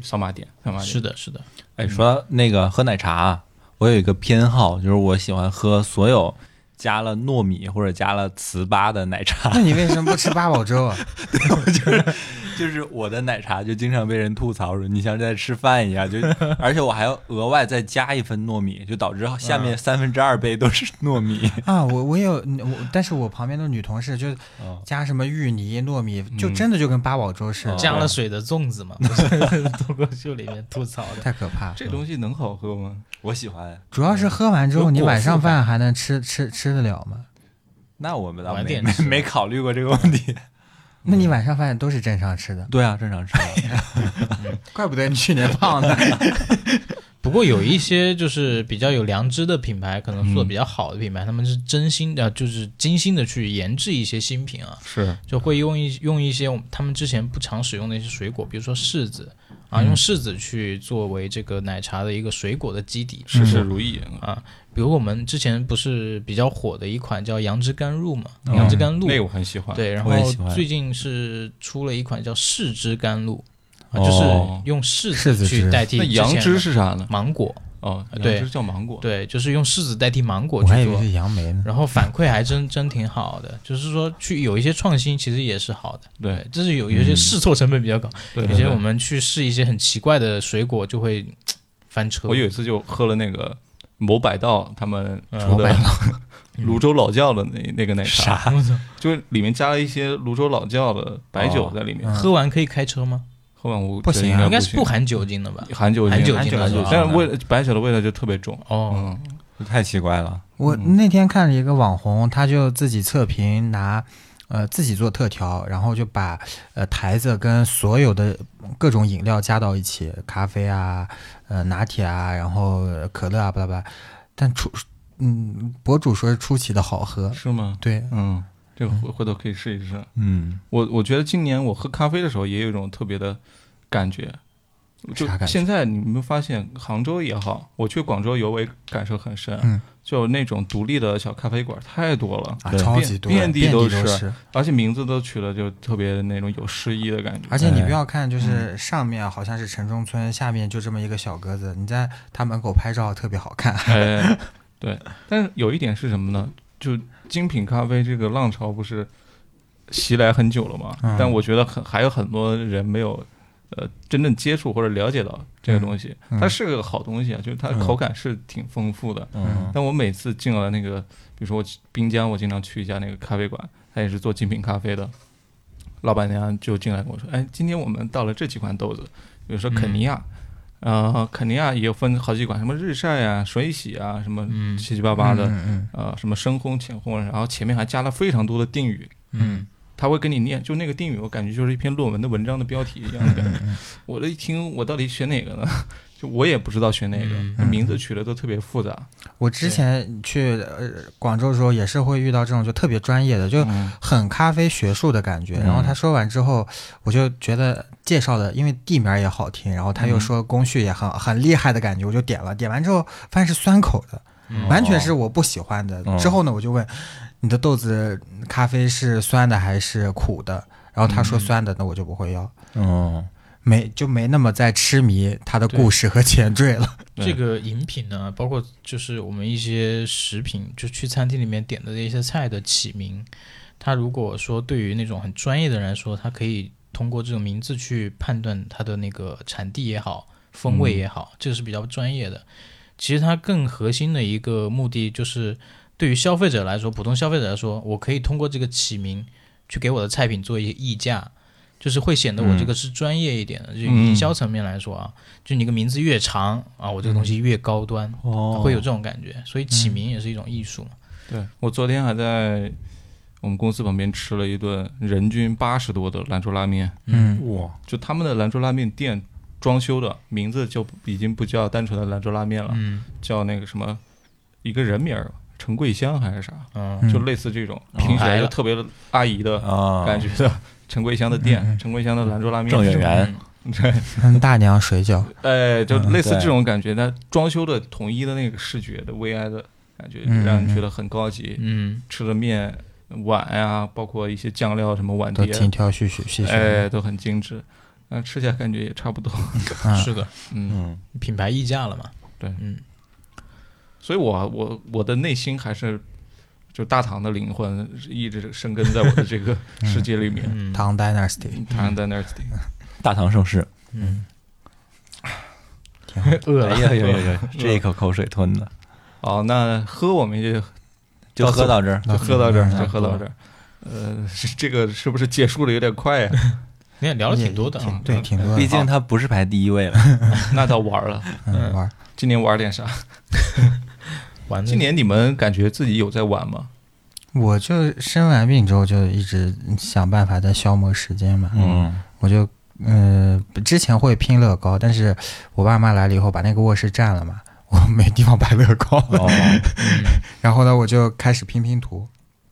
S3: 扫码点，扫码点
S5: 啊是的，是的，
S6: 哎，说到那个喝奶茶啊，我有一个偏好，就是我喜欢喝所有加了糯米或者加了糍粑的奶茶
S4: 那。 你为什么不吃八宝粥啊？
S6: 就是我的奶茶就经常被人吐槽说你像在吃饭一样，就而且我还要额外再加一份糯米，就导致下面三分之二杯都是糯米。
S4: 啊，我我有，我但是我旁边的女同事就加什么芋泥、糯米，就真的就跟八宝粥似
S3: 哦
S4: 的，
S5: 加了水的粽 子嘛，不是 脱口秀里面吐槽的。
S4: 太可怕了。
S3: 这东西能好喝吗？
S6: 我喜欢。
S4: 主要是喝完之
S6: 有
S4: 后，你
S6: 果
S4: 晚
S6: 腹
S4: 上
S6: 感
S4: 饭还能吃吃吃得了吗？
S6: 那我们倒
S5: 晚
S6: 没
S5: 点
S6: 没
S5: 吃
S6: 没考虑过这个问题。
S4: 那你晚上饭都是正常吃的，
S6: 对啊，正常吃。
S4: 怪不得你去年胖 呢。
S5: 不过有一些就是比较有良知的品牌，可能做的比较好的品牌，他们是真心的，就是精心的去研制一些新品啊，
S3: 是
S5: 就会用一用一些我们他们之前不常使用的一些水果，比如说柿子啊，
S3: 嗯
S5: 用柿子去作为这个奶茶的一个水果的基底。
S3: 事事如意，
S5: 啊，比如我们之前不是比较火的一款叫杨枝甘露嘛，杨枝甘
S3: 哦
S5: 露，
S3: 嗯那个我很喜欢。，
S5: 对，然
S6: 我也
S5: 后
S6: 喜欢
S5: 最近是出了一款叫柿汁甘露，啊，
S6: 哦
S5: 就是用柿
S4: 柿子
S5: 去
S4: 汁
S5: 代替
S3: 那
S5: 之
S3: 杨
S5: 前
S3: 枝
S5: 的
S3: 是啥呢？
S5: 芒果，
S3: 哦，杨
S5: 对
S3: 枝叫芒果。
S5: 对，就是用柿子代替芒果
S4: 我还
S5: 去
S4: 以为
S5: 做
S4: 是，杨梅呢。
S5: 然后反馈还真真挺好的，就是说去有一些创新其实也是好的，
S3: 对，
S5: 就是有有
S4: 嗯
S5: 一些试错成本比较高，
S3: 对
S5: 有
S3: 对
S5: 些我
S3: 对。
S5: 们去试一些很奇怪的水果就会嘖翻车，
S3: 我有一次就喝了那个某百道他们
S5: 嗯
S3: 出
S4: 某
S3: 的
S4: 百
S3: 泸州老窖的那那个奶茶，
S6: 啥？
S3: 就是里面加了一些泸州老窖的白酒在里面。
S5: 喝完可以开车吗？
S3: 喝完我
S4: 不行啊
S3: 觉得
S5: 应该是
S3: 行
S5: 哦嗯不含酒精的吧？
S3: 含酒精，
S5: 含酒啊精的
S3: 含
S5: 是
S3: 酒
S5: 吧
S3: 但是味白酒的味道就特别重。
S5: 哦，
S3: 嗯，
S6: 太奇怪了。
S4: 我那天看了一个网红，他就自己测评拿。呃，自己做特调，然后就把呃台子跟所有的呃各种饮料加到一起，咖啡啊，呃拿铁啊，然后呃可乐啊，巴拉巴拉。但出嗯，博主说是出奇的好喝，
S3: 是吗？
S4: 对，
S3: 嗯，这个回回头可以试一试。
S6: 嗯，
S3: 我我觉得今年我喝咖啡的时候也有一种特别的感觉，就
S4: 啥感觉
S3: 现在你有没有发现，杭州也好，我去广州游，我也感受很深，
S4: 嗯
S3: 就那种独立的小咖啡馆太多了，
S4: 啊，
S6: 对
S4: 超级多，
S3: 遍遍地
S4: 都
S3: 都是而且名字都取的就特别那种有诗意的感觉。
S4: 而且你
S6: 哎
S4: 不要
S3: 嗯
S4: 看，就是上面好像是城中村，下面就这么一个小格子，你在它门口拍照特别好看。
S3: 哎，对，但是有一点是什么呢？就精品咖啡这个浪潮不是袭来很久了嘛？
S4: 嗯
S3: 但我觉得很还有很多人没有呃真正接触或者了解到这个东西。
S4: 嗯嗯
S3: 它是个好东西啊，就是它
S4: 嗯
S3: 口感是挺丰富的。
S6: 嗯
S3: 但我每次进了那个，比如说我去滨江，我经常去一家那个咖啡馆，它也是做精品咖啡的。老板娘就进来跟我说：“哎，今天我们到了这几款豆子，比如说肯尼亚，
S4: 嗯
S3: 呃，肯尼亚也有分好几款，什么日晒啊、水洗啊，什么
S5: 嗯
S3: 七七八八的，
S4: 嗯
S3: 呃，什么深烘、浅烘，然后前面还加了非常多的定语，
S5: 嗯
S3: 他会跟你念，就那个定语，我感觉就是一篇论文的文章的标题一样的感
S5: 嗯
S3: 觉。我这一听，我到底选哪个呢？ 就我也不知道选哪个，
S5: 嗯
S3: 这名字取的都特别复杂。
S4: 我之前去呃广州的时候也是会遇到这种就特别专业的，就很咖啡学术的感觉。然后他说完之后，我就觉得介绍的，因为地名也好听，然后他又说工序也很很厉害的感觉，我就点了。点完之后发现是酸口的，完全是我不喜欢的。
S6: 哦
S4: 之后呢，我就问你的豆子咖啡是酸的还是苦的？然后他说酸的，那我就不会要。
S6: 嗯，
S4: 没就没那么在痴迷他的故事和前缀了。
S3: 对
S5: 这个饮品呢，包括就是我们一些食品，就去餐厅里面点的一些菜的起名，它如果说对于那种很专业的人来说，它可以通过这种名字去判断它的那个产地也好，风味也好，这个是比较专业的。其实它更核心的一个目的就是，对于消费者来说，普通消费者来说，我可以通过这个起名去给我的菜品做一些溢价，就是会显得我
S3: 嗯
S5: 这个是专业一点的，就营销层面来说啊，就你个名字越长啊，我这个东西越高端，
S3: 嗯
S6: 哦
S5: 会有这种感觉。所以起名也是一种艺术嘛。
S3: 对我昨天还在我们公司旁边吃了一顿人均八十多的兰州拉面，
S4: 嗯
S6: 哇，
S3: 就他们的兰州拉面店装修的名字就已经不叫单纯的兰州拉面了，
S5: 嗯
S3: 叫那个什么一个人名儿陈桂香还是啥，啊
S5: 嗯
S4: 嗯哦
S3: 就类似这种，听起来就特别阿姨的
S6: 啊，
S3: 感觉的。陈桂香的店，陈桂香的兰州拉面，
S6: 郑月圆，
S3: 对，
S4: 嗯，大娘水饺，
S3: 哎，就
S4: 嗯
S3: 类似
S6: 对
S3: 这种感觉，但装修的统一的那个视觉的 VI 的感觉，
S4: 嗯
S3: 让人觉得很高级。
S5: 嗯
S3: 吃的面碗啊，包括一些酱料什么碗
S4: 都
S3: 碟，
S4: 精挑细选细选。
S3: 哎，都很精致。那吃起来感觉也差不 多，
S4: 嗯
S5: 是的，
S3: 嗯。
S6: 嗯
S5: 品牌溢价了嘛。
S3: 对
S5: 嗯
S3: 所以我我我的内心还是就大唐的灵魂一直生根在我的这个世界里面。
S5: 嗯，
S4: 唐 Dynasty，
S3: 唐在那儿顶，
S6: 大唐盛世，
S5: 嗯，
S4: 挺好。
S5: 饿
S6: 哎
S5: 了，
S6: 呀呀呀呀，这一口口水吞的，
S3: 哦，那喝我们就
S6: 就喝到这儿，
S3: 就喝到这儿，
S4: 嗯
S3: 就喝到这儿。呃， 是这个是不是结束的有点快呀？
S5: 你也聊了挺多的啊。
S4: 对，挺多
S6: 毕
S4: 的。
S6: 竟它不是排第一位了。
S3: 那倒玩了，
S4: 嗯，玩儿
S3: 今年玩点啥？
S5: 玩
S3: 今
S5: 的
S3: 年你们感觉自己有在玩吗？
S4: 我就生完病之后就一直想办法在消磨时间嘛。，
S6: 嗯
S4: 我就嗯、呃之前会拼乐高，但是我爸妈来了以后把那个卧室占了嘛，我没地方摆乐高了。
S6: 哦，
S4: 然后呢，我就开始拼拼图，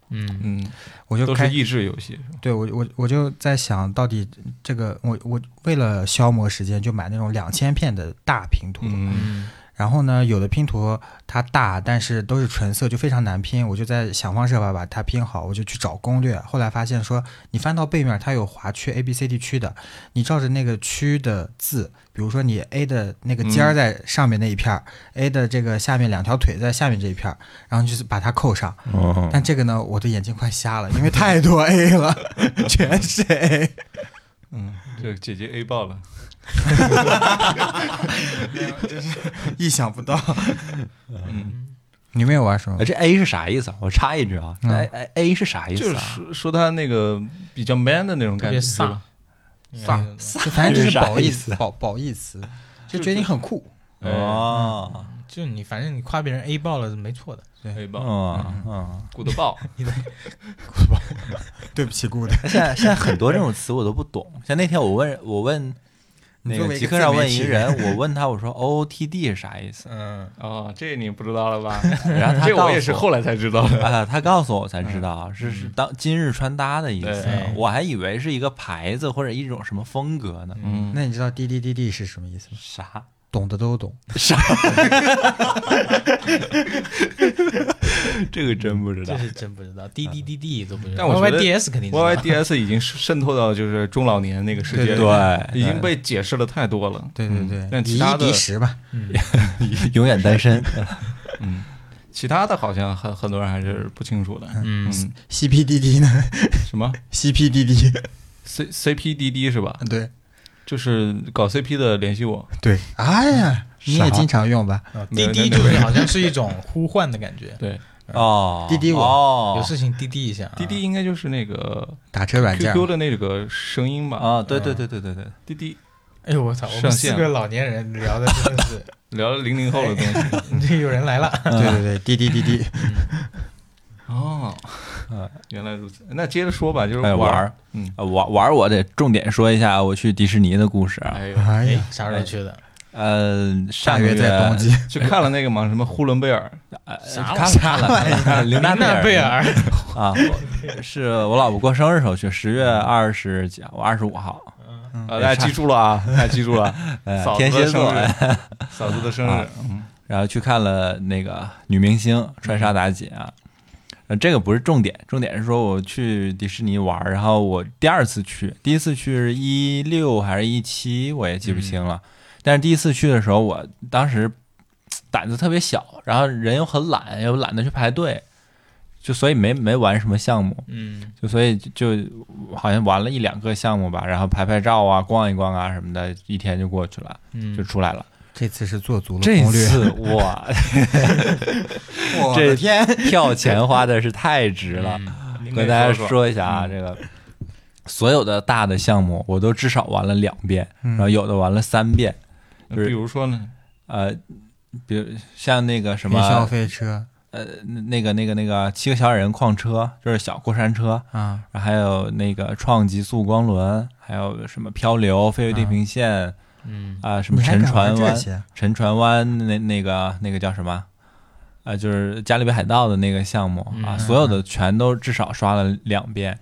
S5: 嗯
S3: 嗯，
S4: 我就
S3: 都
S4: 开
S3: 是益智游戏，是吧
S4: 对我我我就在想到底这个我我为了消磨时间，就买那种两千片的大拼图。
S3: 嗯
S5: 嗯
S4: 然后呢，有的拼图它大，但是都是纯色，就非常难拼。我就在想方设法把它拼好，我就去找攻略。后来发现说，你翻到背面，它有划区 A、B、C、D 区的，你照着那个区的字，比如说你 A 的那个尖儿在上面那一片儿、a 的这个下面两条腿在下面这一片儿，然后就是把它扣上。
S6: 哦，
S4: 但这个呢，我的眼睛快瞎了，因为太多 A 了，全是 A。
S3: 嗯，就姐姐 A 爆了。
S4: 意想不到。嗯你们有玩什么
S6: 哎？这 A 是啥意思啊？我插一句啊
S4: 嗯
S6: ，A A A 是啥意
S3: 就
S6: 思
S3: 是
S6: 啊？
S3: 说说他那个比较 man 的那种
S5: 特
S3: 感
S5: 别
S3: 觉，是
S5: 飒
S3: 吧？
S5: 飒
S4: 就反正就是褒
S6: 这
S4: 义
S6: 是啥意思
S4: 词，褒褒义词，就觉得你很酷。
S6: 哦，
S5: 就你反正你夸别人 A 爆了没错的，
S3: 黑豹，
S6: 嗯嗯，
S3: 哎鼓的爆，
S4: 对不起，姑娘。
S6: 那现在现在很多这种词我都不懂。像那天我问我问
S4: 你
S6: 那
S4: 作为
S6: 个
S4: 一
S6: 极
S4: 个
S6: 客
S4: 自
S6: 上
S4: 媒
S6: 问一
S4: 体
S6: 个人，我问他我说 OOTD 是啥意思，
S5: 嗯，
S3: 哦，这你不知道了吧？
S6: 然后他
S3: 这
S6: 告
S3: 我
S6: 诉
S3: 也是后来才知道 的。
S6: 啊，他告诉我才知道，啊是是当今日穿搭的意思啊
S5: 对，
S6: 我还以为是一个牌子或者一种什么风格呢。
S3: 嗯，
S4: 那你知道滴滴滴滴是什么意思吗？
S6: 啥？
S4: 懂的都懂。
S6: 这个真不知道
S5: 这。是真不知道，滴滴滴滴都不知道。
S3: 但我觉得
S5: YYDS 肯定知道
S3: YYDS 已经渗透到就是中老年那个世界
S6: 对
S3: 里，已经被解释的太多了。嗯
S4: 对对对，
S3: 但
S4: 以
S3: 其
S4: 一
S3: 他的
S4: 敌十吧。
S6: 永远单身。
S3: 其他的好像很很多人还是不清楚的。
S5: 嗯，
S3: 嗯，
S4: CPDD 呢
S3: 什么
S4: ？CPDD，
S3: C CPDD 是吧？
S4: 对
S3: 就是搞 CP 的联系我。
S4: 对。哎呀，你也经常用吧？
S5: 啊
S3: 没有
S5: 滴滴
S3: 那
S5: 就是
S3: 没有
S5: 好像是一种呼唤的感觉，
S3: 对，
S6: 哦，
S4: 滴滴我
S6: 哦，
S5: 有事情滴滴一下啊。
S3: 滴滴应该就是那个
S4: 打车软件
S3: QQ 的那个声音吧？嗯
S6: 啊，对对对对对对，
S3: 滴滴
S5: 哎呦我操，我
S3: 上
S5: 们
S3: 线
S5: 四个老年人聊的真的是，
S3: 聊了零零后的东
S6: 哎
S3: 西。
S5: 这有人来了。
S4: 对对对，滴滴 滴滴。
S3: 哦
S6: 嗯，
S3: 原来如此。那接着说吧，就是
S6: 哎玩儿，
S3: 嗯，
S6: 呃玩玩儿我得重点说一下我去迪士尼的故事啊。
S3: 哎呦，
S4: 哎
S5: 哎
S4: 呀，，
S5: 啥时候去的？
S6: 呃，
S4: 大
S6: 上个
S4: 约
S6: 月
S4: 在冬季，
S3: 去看了那个嘛，什么呼伦贝尔，
S6: 呃
S5: 啥
S6: 看了看了看了看了，琳
S5: 琳娜贝尔，
S6: 啊，我是我老婆过生日时候去，十月二十几，我二十五号，
S3: 啊，大家记住了啊， 大家记住了，
S6: 呃
S3: 嫂，子
S6: 哎天
S3: 的
S6: 蝎座
S3: 生， 日，嫂子的生日
S6: 啊，然后去看了那个女明星川沙妲己啊。呃，这个不是重点，重点是说我去迪士尼玩儿，然后我第二次去，第一次去是一六还是一七，我也记不清了。但是第一次去的时候，我当时嘖胆子特别小，然后人又很懒，又懒得去排队，就所以没没玩什么项目。
S5: 嗯，
S6: 就所以就就好像玩了一两个项目吧，然后拍拍照啊、逛一逛啊什么的，一天就过去了，
S5: 嗯
S6: 就出来了。
S4: 这次是做足了
S6: 这
S4: 攻略。
S6: 次哇，
S4: 我
S6: 这
S4: 的天，
S6: 票钱花的是太值了。
S3: 嗯，
S6: 跟大家说一下啊，这个所有的大的项目我都至少玩了两遍，
S4: 嗯
S6: 然后有的玩了三遍。
S3: 那比如说呢，
S6: 呃，比如像那个什
S4: 云霄
S6: 么
S4: 飞车
S6: 呃，那个那个那个七个小矮人矿车，就是小过山车，
S4: 啊，
S6: 然后还有那个创极速光轮，还有什么漂流、飞越地平线，嗯啊、什么
S4: 你还
S6: 沉
S4: 敢玩
S6: 船
S4: 这
S6: 湾、
S4: 些？
S6: 沉船湾那那个那个叫什么？啊、就是加勒比海盗的那个项目啊，所有的全都至少刷了两遍，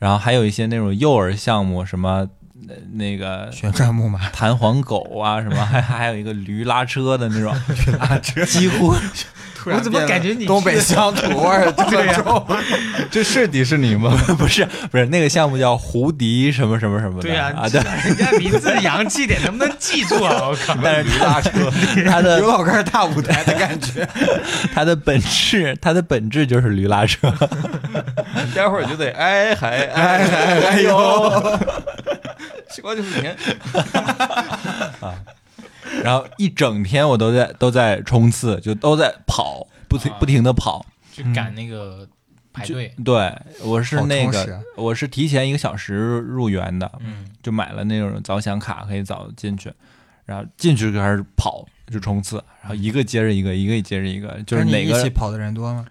S6: 然后还有一些那种幼儿项目，什么呃那个
S4: 旋转木马，
S6: 弹簧狗啊，什么还还有一个驴拉车的那种驴拉车，几乎
S5: 我怎么感觉你
S4: 东北啊
S5: 去的
S4: 乡土味儿这么重？
S3: 这是迪士尼吗？
S6: 不是不是那个项目叫胡迪什么什么什么的
S5: 对呀
S6: 啊，对，
S5: 人家名字洋气点，能不能记住啊？我靠！
S6: 但是拉车， 它的
S4: 刘老根儿大舞台的感觉。
S6: 它的本质，它的本质就是驴拉车。
S3: 待会儿就得哎嗨哎嗨哎呦，西瓜就是甜，
S6: 然后一整天我都在都在冲刺，就都在跑，不停不停的跑。
S5: 去赶那个排队，
S6: 对，我是
S4: 好
S6: 那
S4: 充
S6: 个、
S4: 实啊
S6: 我是提前一个小时入园的，
S5: 嗯，
S6: 就买了那种早享卡，可以早进去。然后进去就开始跑，就冲刺，然后一个接着一个，一个接着一个， 就是
S4: 跟你
S6: 哪
S4: 一
S6: 个
S4: 起跑的人多吗？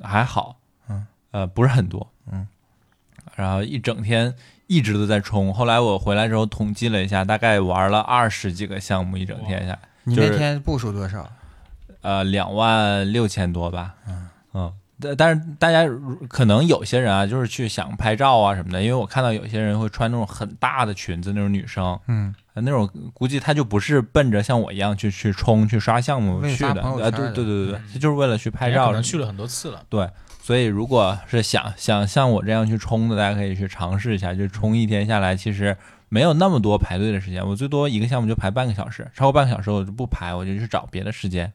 S6: 还好，
S4: 嗯，
S6: 呃，不是很多，
S4: 嗯，
S6: 然后一整天一直都在冲。后来我回来之后统计了一下，大概玩了二十几个项目，一整天下来，
S4: 你
S6: 就是
S4: 那天步数多少？
S6: 呃两万六千多吧，嗯但但是大家如可能有些人啊，就是去想拍照啊什么的，因为我看到有些人会穿那种很大的裙子，那种女生。
S4: 嗯，
S6: 呃那种估计她就不是奔着像我一样去去冲去刷项目
S4: 为了
S6: 去
S4: 发
S6: 的，
S4: 朋友
S6: 呃，
S4: 圈
S6: 对对
S4: 儿的嗯
S6: 对对对，她就是为了去拍
S5: 人家
S6: 照
S5: 可，能去了很多次了。
S6: 对，所以如果是想想像我这样去冲的，大家可以去尝试一下，就冲一天下来，其实没有那么多排队的时间，我最多一个项目就排半个小时，超过半个小时我就不排，我就去找别的时间，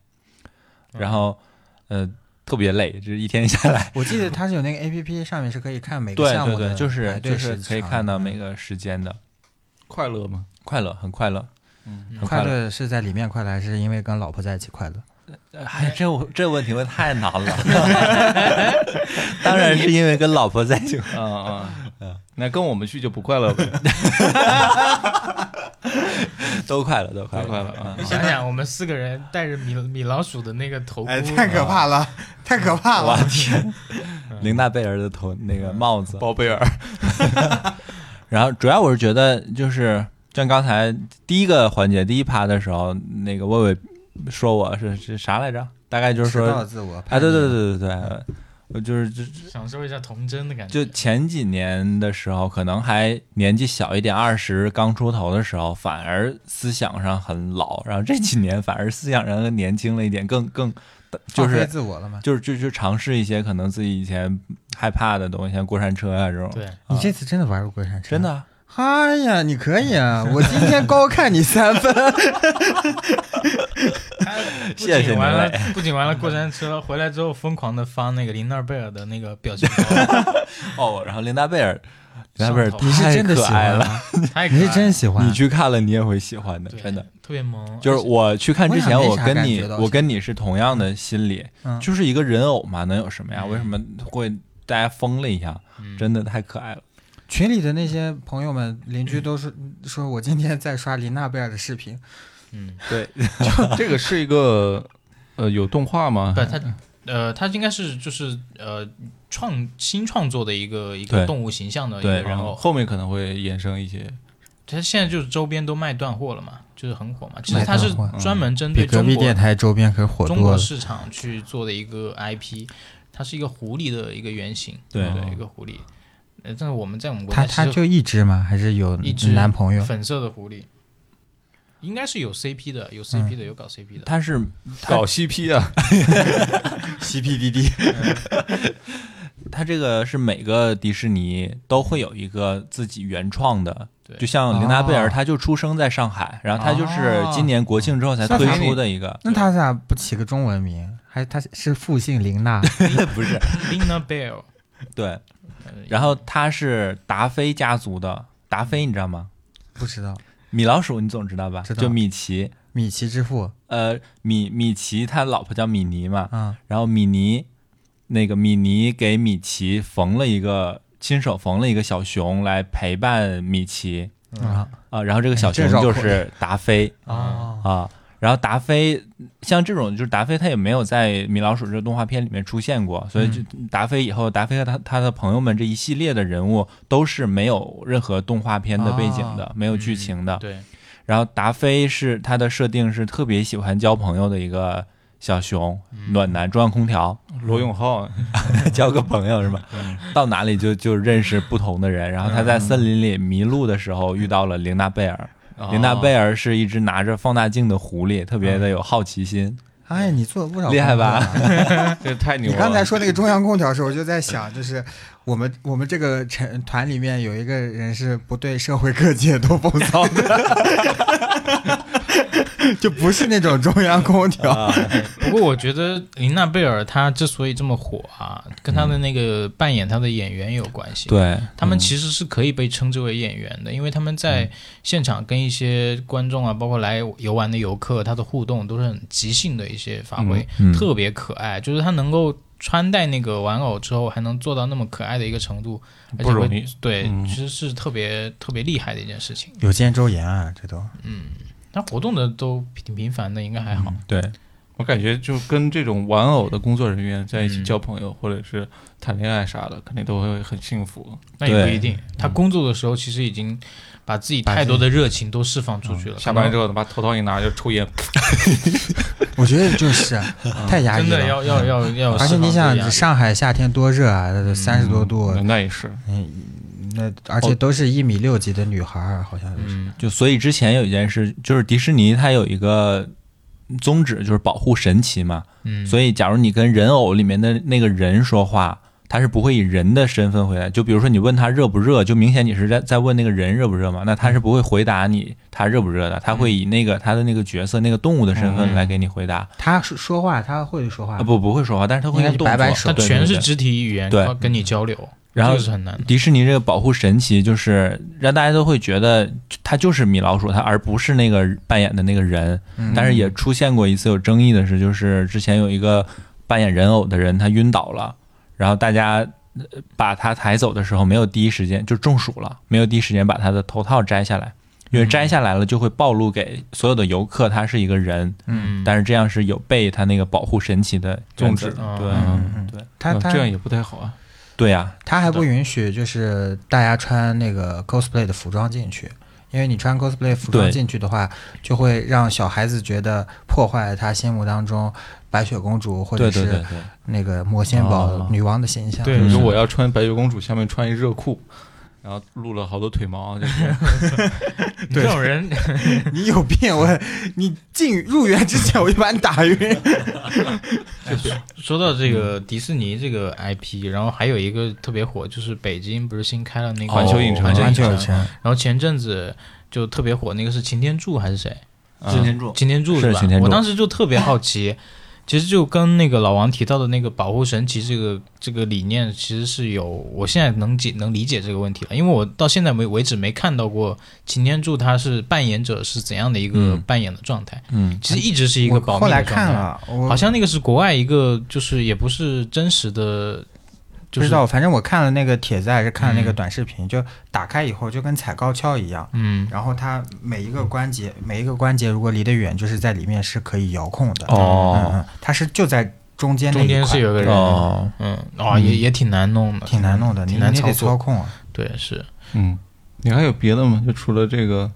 S3: 嗯
S6: 然后呃特别累，就是一天下来，
S4: 我记得它是有那个 A P P 上面是可以看每个
S6: 对
S4: 项
S6: 对
S4: 目
S6: 对，
S4: 的，
S6: 就是就是可以看到每。个时间的
S3: 快乐吗？
S6: 快乐，很快乐。很嗯
S4: 快
S6: 快乐，
S4: 乐是在里面快乐，还是因为跟老婆在一起快乐？
S6: 哎，这我这问题问太难了。 当然是因为跟老婆在一起，
S3: 啊啊，那跟我们去就不快乐呗，
S6: 都快乐，都快
S3: 不快
S6: 乐，
S3: 乐啊
S5: 你！想想，我们四个人带着米米老鼠的那个头箍，
S4: 怕了，太可怕
S6: 我！ 天，林娜贝尔的头那个帽子，
S3: 包贝尔，
S6: 然后主要我是觉得就是。像刚才第一个环节第一趴的时候，那个魏魏说我是是啥来着？大概就是
S4: 迟到嗯
S6: 说，
S4: 自我。
S6: 哎，对对对对对对，我就是就
S5: 享受一下童真的感觉。
S6: 就前几年的时候，可能还年纪小一点，二十刚出头的时候，反而思想上很老，然后这几年反而思想上年轻了一点，更更就
S4: 放飞
S6: 是
S4: 自我了嘛。
S6: 就是就就尝试一些可能自己以前害怕的东西，像过山车啊这种。
S5: 对，
S4: 你这次真的玩过过山车？
S6: 真的啊，
S4: 哎呀，你可以啊！我今天高看你三 分，
S5: 不
S6: 谢谢
S5: 仅
S6: 您
S5: 玩了
S6: 嘞，
S5: 不仅玩了过山车，回来之后疯狂的发那个林娜贝尔的那个表情包，
S6: 哦，然后琳达贝尔，琳达贝尔
S5: 上头
S4: 你是
S6: 太
S4: 真的
S6: 可
S4: 喜
S6: 爱
S4: 欢
S6: 了，
S4: 吗？
S5: 太可
S4: 你
S5: 爱
S4: 是
S5: 了
S4: 真喜欢？
S6: 你去看了你也会喜欢的，
S5: 对
S6: 真的。
S5: 特别萌，
S6: 就是我去看之前，
S4: 我也没
S6: 我
S4: 啥
S6: 跟
S4: 感
S6: 你
S4: 觉倒是
S6: 我跟你是同样的心理，
S4: 嗯
S6: 就是一个人偶嘛，能有什么呀？为什么会大家疯了一下？
S4: 嗯
S6: 真的太可爱了。
S4: 群里的那些朋友们、邻居都是说我今天在刷林娜贝尔的视频，
S5: 嗯，
S6: 对，
S3: 这个是一个呃有动画吗
S5: 不，？
S4: 嗯
S5: 它呃，它应该是就是呃创新创作的一个一个
S6: 对
S5: 动物形象的一
S6: 对，
S5: 个
S6: 然
S5: 人
S6: 后
S5: 偶，
S3: 后面可能会衍生一些，
S5: 它现在就是周边都卖断货了嘛，就是很火嘛。其
S4: 卖
S5: 实它是
S4: 断货嗯
S5: 专门针
S4: 比
S5: 对
S4: 隔
S5: 中
S4: 壁
S5: 国
S4: 电台周边可火
S5: 中
S4: 多
S5: 国
S4: 了。
S5: 市场去做的一个 IP，它是一个狐狸的一个原型，
S6: 对
S5: 一个狐狸。呃，但是我们在我们国
S4: 他
S5: 家
S4: 他
S5: 其实
S4: 就一只吗？还是有
S5: 一只
S4: 男朋友？
S5: 粉色的狐狸，应该是有 CP 的，
S4: 嗯
S5: 有 CP 的，有搞 CP 的。
S6: 他是
S3: 搞 CP 啊，
S6: CPDD，他这个是每个迪士尼都会有一个自己原创的
S5: 对。
S6: 就像琳达贝尔，
S4: 哦
S6: 她就出生在上海，然后她就是
S4: 哦
S6: 今年国庆之后才推
S3: 那他
S6: 出的一 个，
S4: 那他咋不起个中文名？还他是复姓 林娜？
S6: 不是
S5: Lina Bell，
S6: 对。
S5: 呃
S6: 然后她是达菲家族的，达菲你知道吗？
S4: 不知道。
S6: 米老鼠你总知道吧？
S4: 知道
S6: 就米奇，
S4: 米奇之父
S6: 呃，米米奇他老婆叫米妮嘛，
S4: 啊，
S6: 然后米妮那个米妮给米奇缝了一个亲手缝了一个小熊来陪伴米奇
S5: 嗯
S4: 啊
S6: 啊、然后这个小熊
S4: 这绕口
S6: 就是达菲
S4: 哦，
S6: 啊。然后达菲像这种就是达菲，他也没有在米老鼠这个动画片里面出现过，所以就达菲以后，达菲和他他的朋友们这一系列的人物都是没有任何动画片的背景的，没有剧情的。
S5: 对，
S6: 然后达菲是他的设定是特别喜欢交朋友的一个小熊，暖男中央空调，
S3: 罗永浩啊，
S6: 交个朋友是吧？到哪里就就认识不同的人。然后他在森林里迷路的时候遇到了玲娜贝尔，玲娜贝尔是一只拿着放大镜的狐狸，特别的有好奇心。
S4: 哎，你做了不少
S6: 厉害吧
S4: 功课啊？
S3: 这太牛
S4: 你
S3: 了！
S4: 刚才说那个中央空调的时候，我就在想，就是我们我们这个成团里面有一个人是不对社会各界都风骚的， 就不是那种中央空
S3: 啊
S4: 调。
S5: 不过我觉得琳娜贝尔她之所以这么火啊，跟她的那个扮演她的演员有关系。，
S6: 对，
S5: 他们其实是可以被称之为演员的，因为他们在现场跟一些观众啊，包括来游玩的游客，他的互动都是很即兴的一些发挥，
S6: 嗯嗯
S5: 特别可爱。就是他能够穿戴那个玩偶之后，还能做到那么可爱的一个程度，而且
S3: 不
S5: 会
S3: 容易。
S5: 对，其实是特别特别厉害的一件事情。
S4: 有肩周炎啊，这都
S5: 但活动的都挺频繁的，应该还好。
S6: 对，
S3: 我感觉就跟这种玩偶的工作人员在一起交朋友，或者是谈恋爱啥的，肯定都会很幸福。
S5: 那也不
S6: 对
S5: 一定，他工作的时候其实已经把自己太多的热情都释放出去了。
S3: 下班之
S5: 后
S3: 后，他把头套一拿就抽烟，
S4: 我觉得就是
S3: 嗯
S4: 太压抑
S5: 真的
S4: 了。嗯
S5: 要要要要，
S4: 而且你想，上海夏天多热啊，三十多度，
S3: 嗯那哦也是。
S4: 那而且都是一米六几的女孩儿，好像是。
S5: 嗯，
S6: 就所以之前有一件事，就是迪士尼它有一个宗旨，就是保护神奇嘛。
S5: 嗯，
S6: 所以，假如你跟人偶里面的那个人说话，他是不会以人的身份回来。就比如说，你问他热不热，就明显你是在在问那个人热不热嘛，那他是不会回答你他热不热的，他会以那个他的那个角色、那个动物的身份来给你回答。
S4: 她说说话，她会说话
S6: 啊，，不不会说话，但是他会
S4: 应该
S6: 用
S4: 是
S6: 动
S4: 摆
S6: 作，
S4: 摆手
S5: 他
S6: 对
S5: 全是。
S6: 对对
S5: 肢体语言
S6: 对
S5: 跟你交流，
S6: 然后
S5: 这个是很难的。
S6: 迪士尼这个保护神奇，就是让大家都会觉得他就是米老鼠，他而不是那个扮演的那个人。
S4: 嗯
S6: 但是也出现过一次有争议的事，就是之前有一个扮演人偶的人他晕倒了，然后大家呃把他抬走的时候没有第一时间就中暑了，没有第一时间把他的头套摘下来，
S4: 嗯
S6: 因为摘下来了就会暴露给所有的游客他是一个人，
S5: 嗯，
S6: 但是这样是有悖他那个保护神奇的原则
S3: 宗旨
S6: 的
S5: 啊
S6: 对
S3: 嗯
S6: 对
S4: 她
S3: 嗯
S4: 她
S3: 这样也不太好啊。
S6: 对呀、
S4: 她还不允许，就是大家穿那个 cosplay 的服装进去，因为你穿 cosplay 服装
S6: 对
S4: 进去的话，就会让小孩子觉得破坏了他心目当中白雪公主或者
S6: 对对对
S4: 是
S6: 对，
S4: 那个魔仙堡
S6: 哦
S4: 女王的形象。
S5: 对
S3: 比
S5: 是
S3: 如我要穿白雪公主，下面穿一热裤，然后露了好多腿毛，就是
S5: 你这种人，
S4: 你有病！我你进入园之前我就把你打晕。
S5: 说到这个迪士尼这个 IP，然后还有一个特别火，就是北京不是新开了那个
S6: 环球影城
S5: 环球
S4: 环球
S5: 影
S4: 影
S5: 城，
S4: 城，
S5: 然后前阵子就特别火，那个是擎天柱还是谁？啊
S6: 擎天柱
S5: 擎天柱
S6: 是
S5: 吧？
S6: 擎天柱
S5: 我当时就特别好 奇，其实就跟那个老王提到的那个保护神奇这个这个理念，其实是有，我现在能解能理解这个问题了，因为我到现在为为止没看到过擎天柱他是扮演者是怎样的一个
S6: 嗯
S5: 扮演的状态，
S6: 嗯，
S5: 其实一直是一个
S4: 我
S5: 保密的
S4: 后来
S5: 状态
S4: 看，了，啊我
S5: 好像那个是国外一个，就是也不是真实的，就
S4: 不
S5: 是
S4: 知道，反正我看了那个帖子还是看了那个
S5: 嗯
S4: 短视频，就打开以后就跟踩高跷一样。
S5: 嗯，
S4: 然后它每一个关节，每一个关节如果离得远，就是在里面是可以遥控的。
S6: 哦
S4: 嗯嗯，它是就在中间那一
S5: 中间
S4: 块
S5: 是有个人，
S6: 哦，
S5: 嗯，哦，也也挺难弄的，
S4: 挺难弄的，你
S5: 挺
S4: 你
S5: 难
S4: 得
S5: 操
S4: 操
S5: 作，
S4: 控啊。
S5: 对，是。
S3: 嗯，你还有别的吗？就除了这个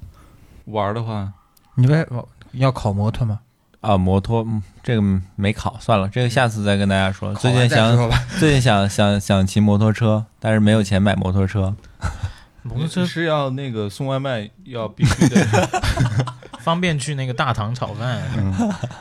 S3: 玩儿的话，
S4: 你为要考摩托吗？
S6: 啊，摩托嗯这个没考，算了，这个下次再跟大家说。最
S4: 考完
S6: 近
S4: 再
S6: 想
S4: 说 吧，
S6: 最近想想想骑摩托车，但是没有钱买摩托车。
S5: 摩托
S3: 你
S5: 车
S3: 是要那个送外卖要必须的
S5: 方便去那个大堂炒饭，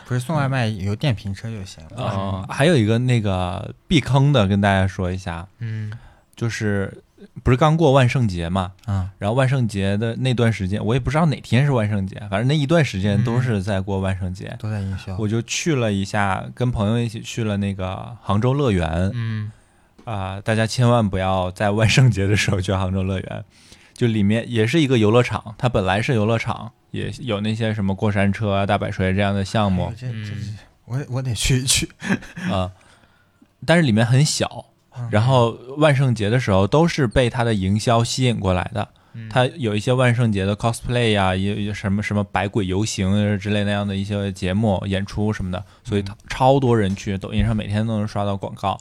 S4: 不是送外卖有电瓶车就行了。
S3: 啊，
S6: 还有一个那个避坑的，跟大家说一下，
S5: 嗯，
S6: 就是不是刚过万圣节嘛？
S4: 嗯，
S6: 然后万圣节的那段时间，我也不知道哪天是万圣节，反正那一段时间
S4: 嗯
S6: 都是在过万圣节。
S4: 都在营销。
S6: 我就去了一下，跟朋友一起去了那个杭州乐园。
S5: 嗯，
S6: 啊、大家千万不要在万圣节的时候去杭州乐园，就里面也是一个游乐场，它本来是游乐场，也有那些什么过山车啊、大摆锤这样的项目
S4: 哎呦这这
S5: 嗯
S4: 我我得去一去。
S6: 啊、但是里面很小。然后万圣节的时候都是被它的营销吸引过来的，
S5: 嗯
S6: 它有一些万圣节的 cosplay 啊，也有什么什么百鬼游行之类那样的一些节目演出什么的，所以它超多人去，抖音上每天都能刷到广告。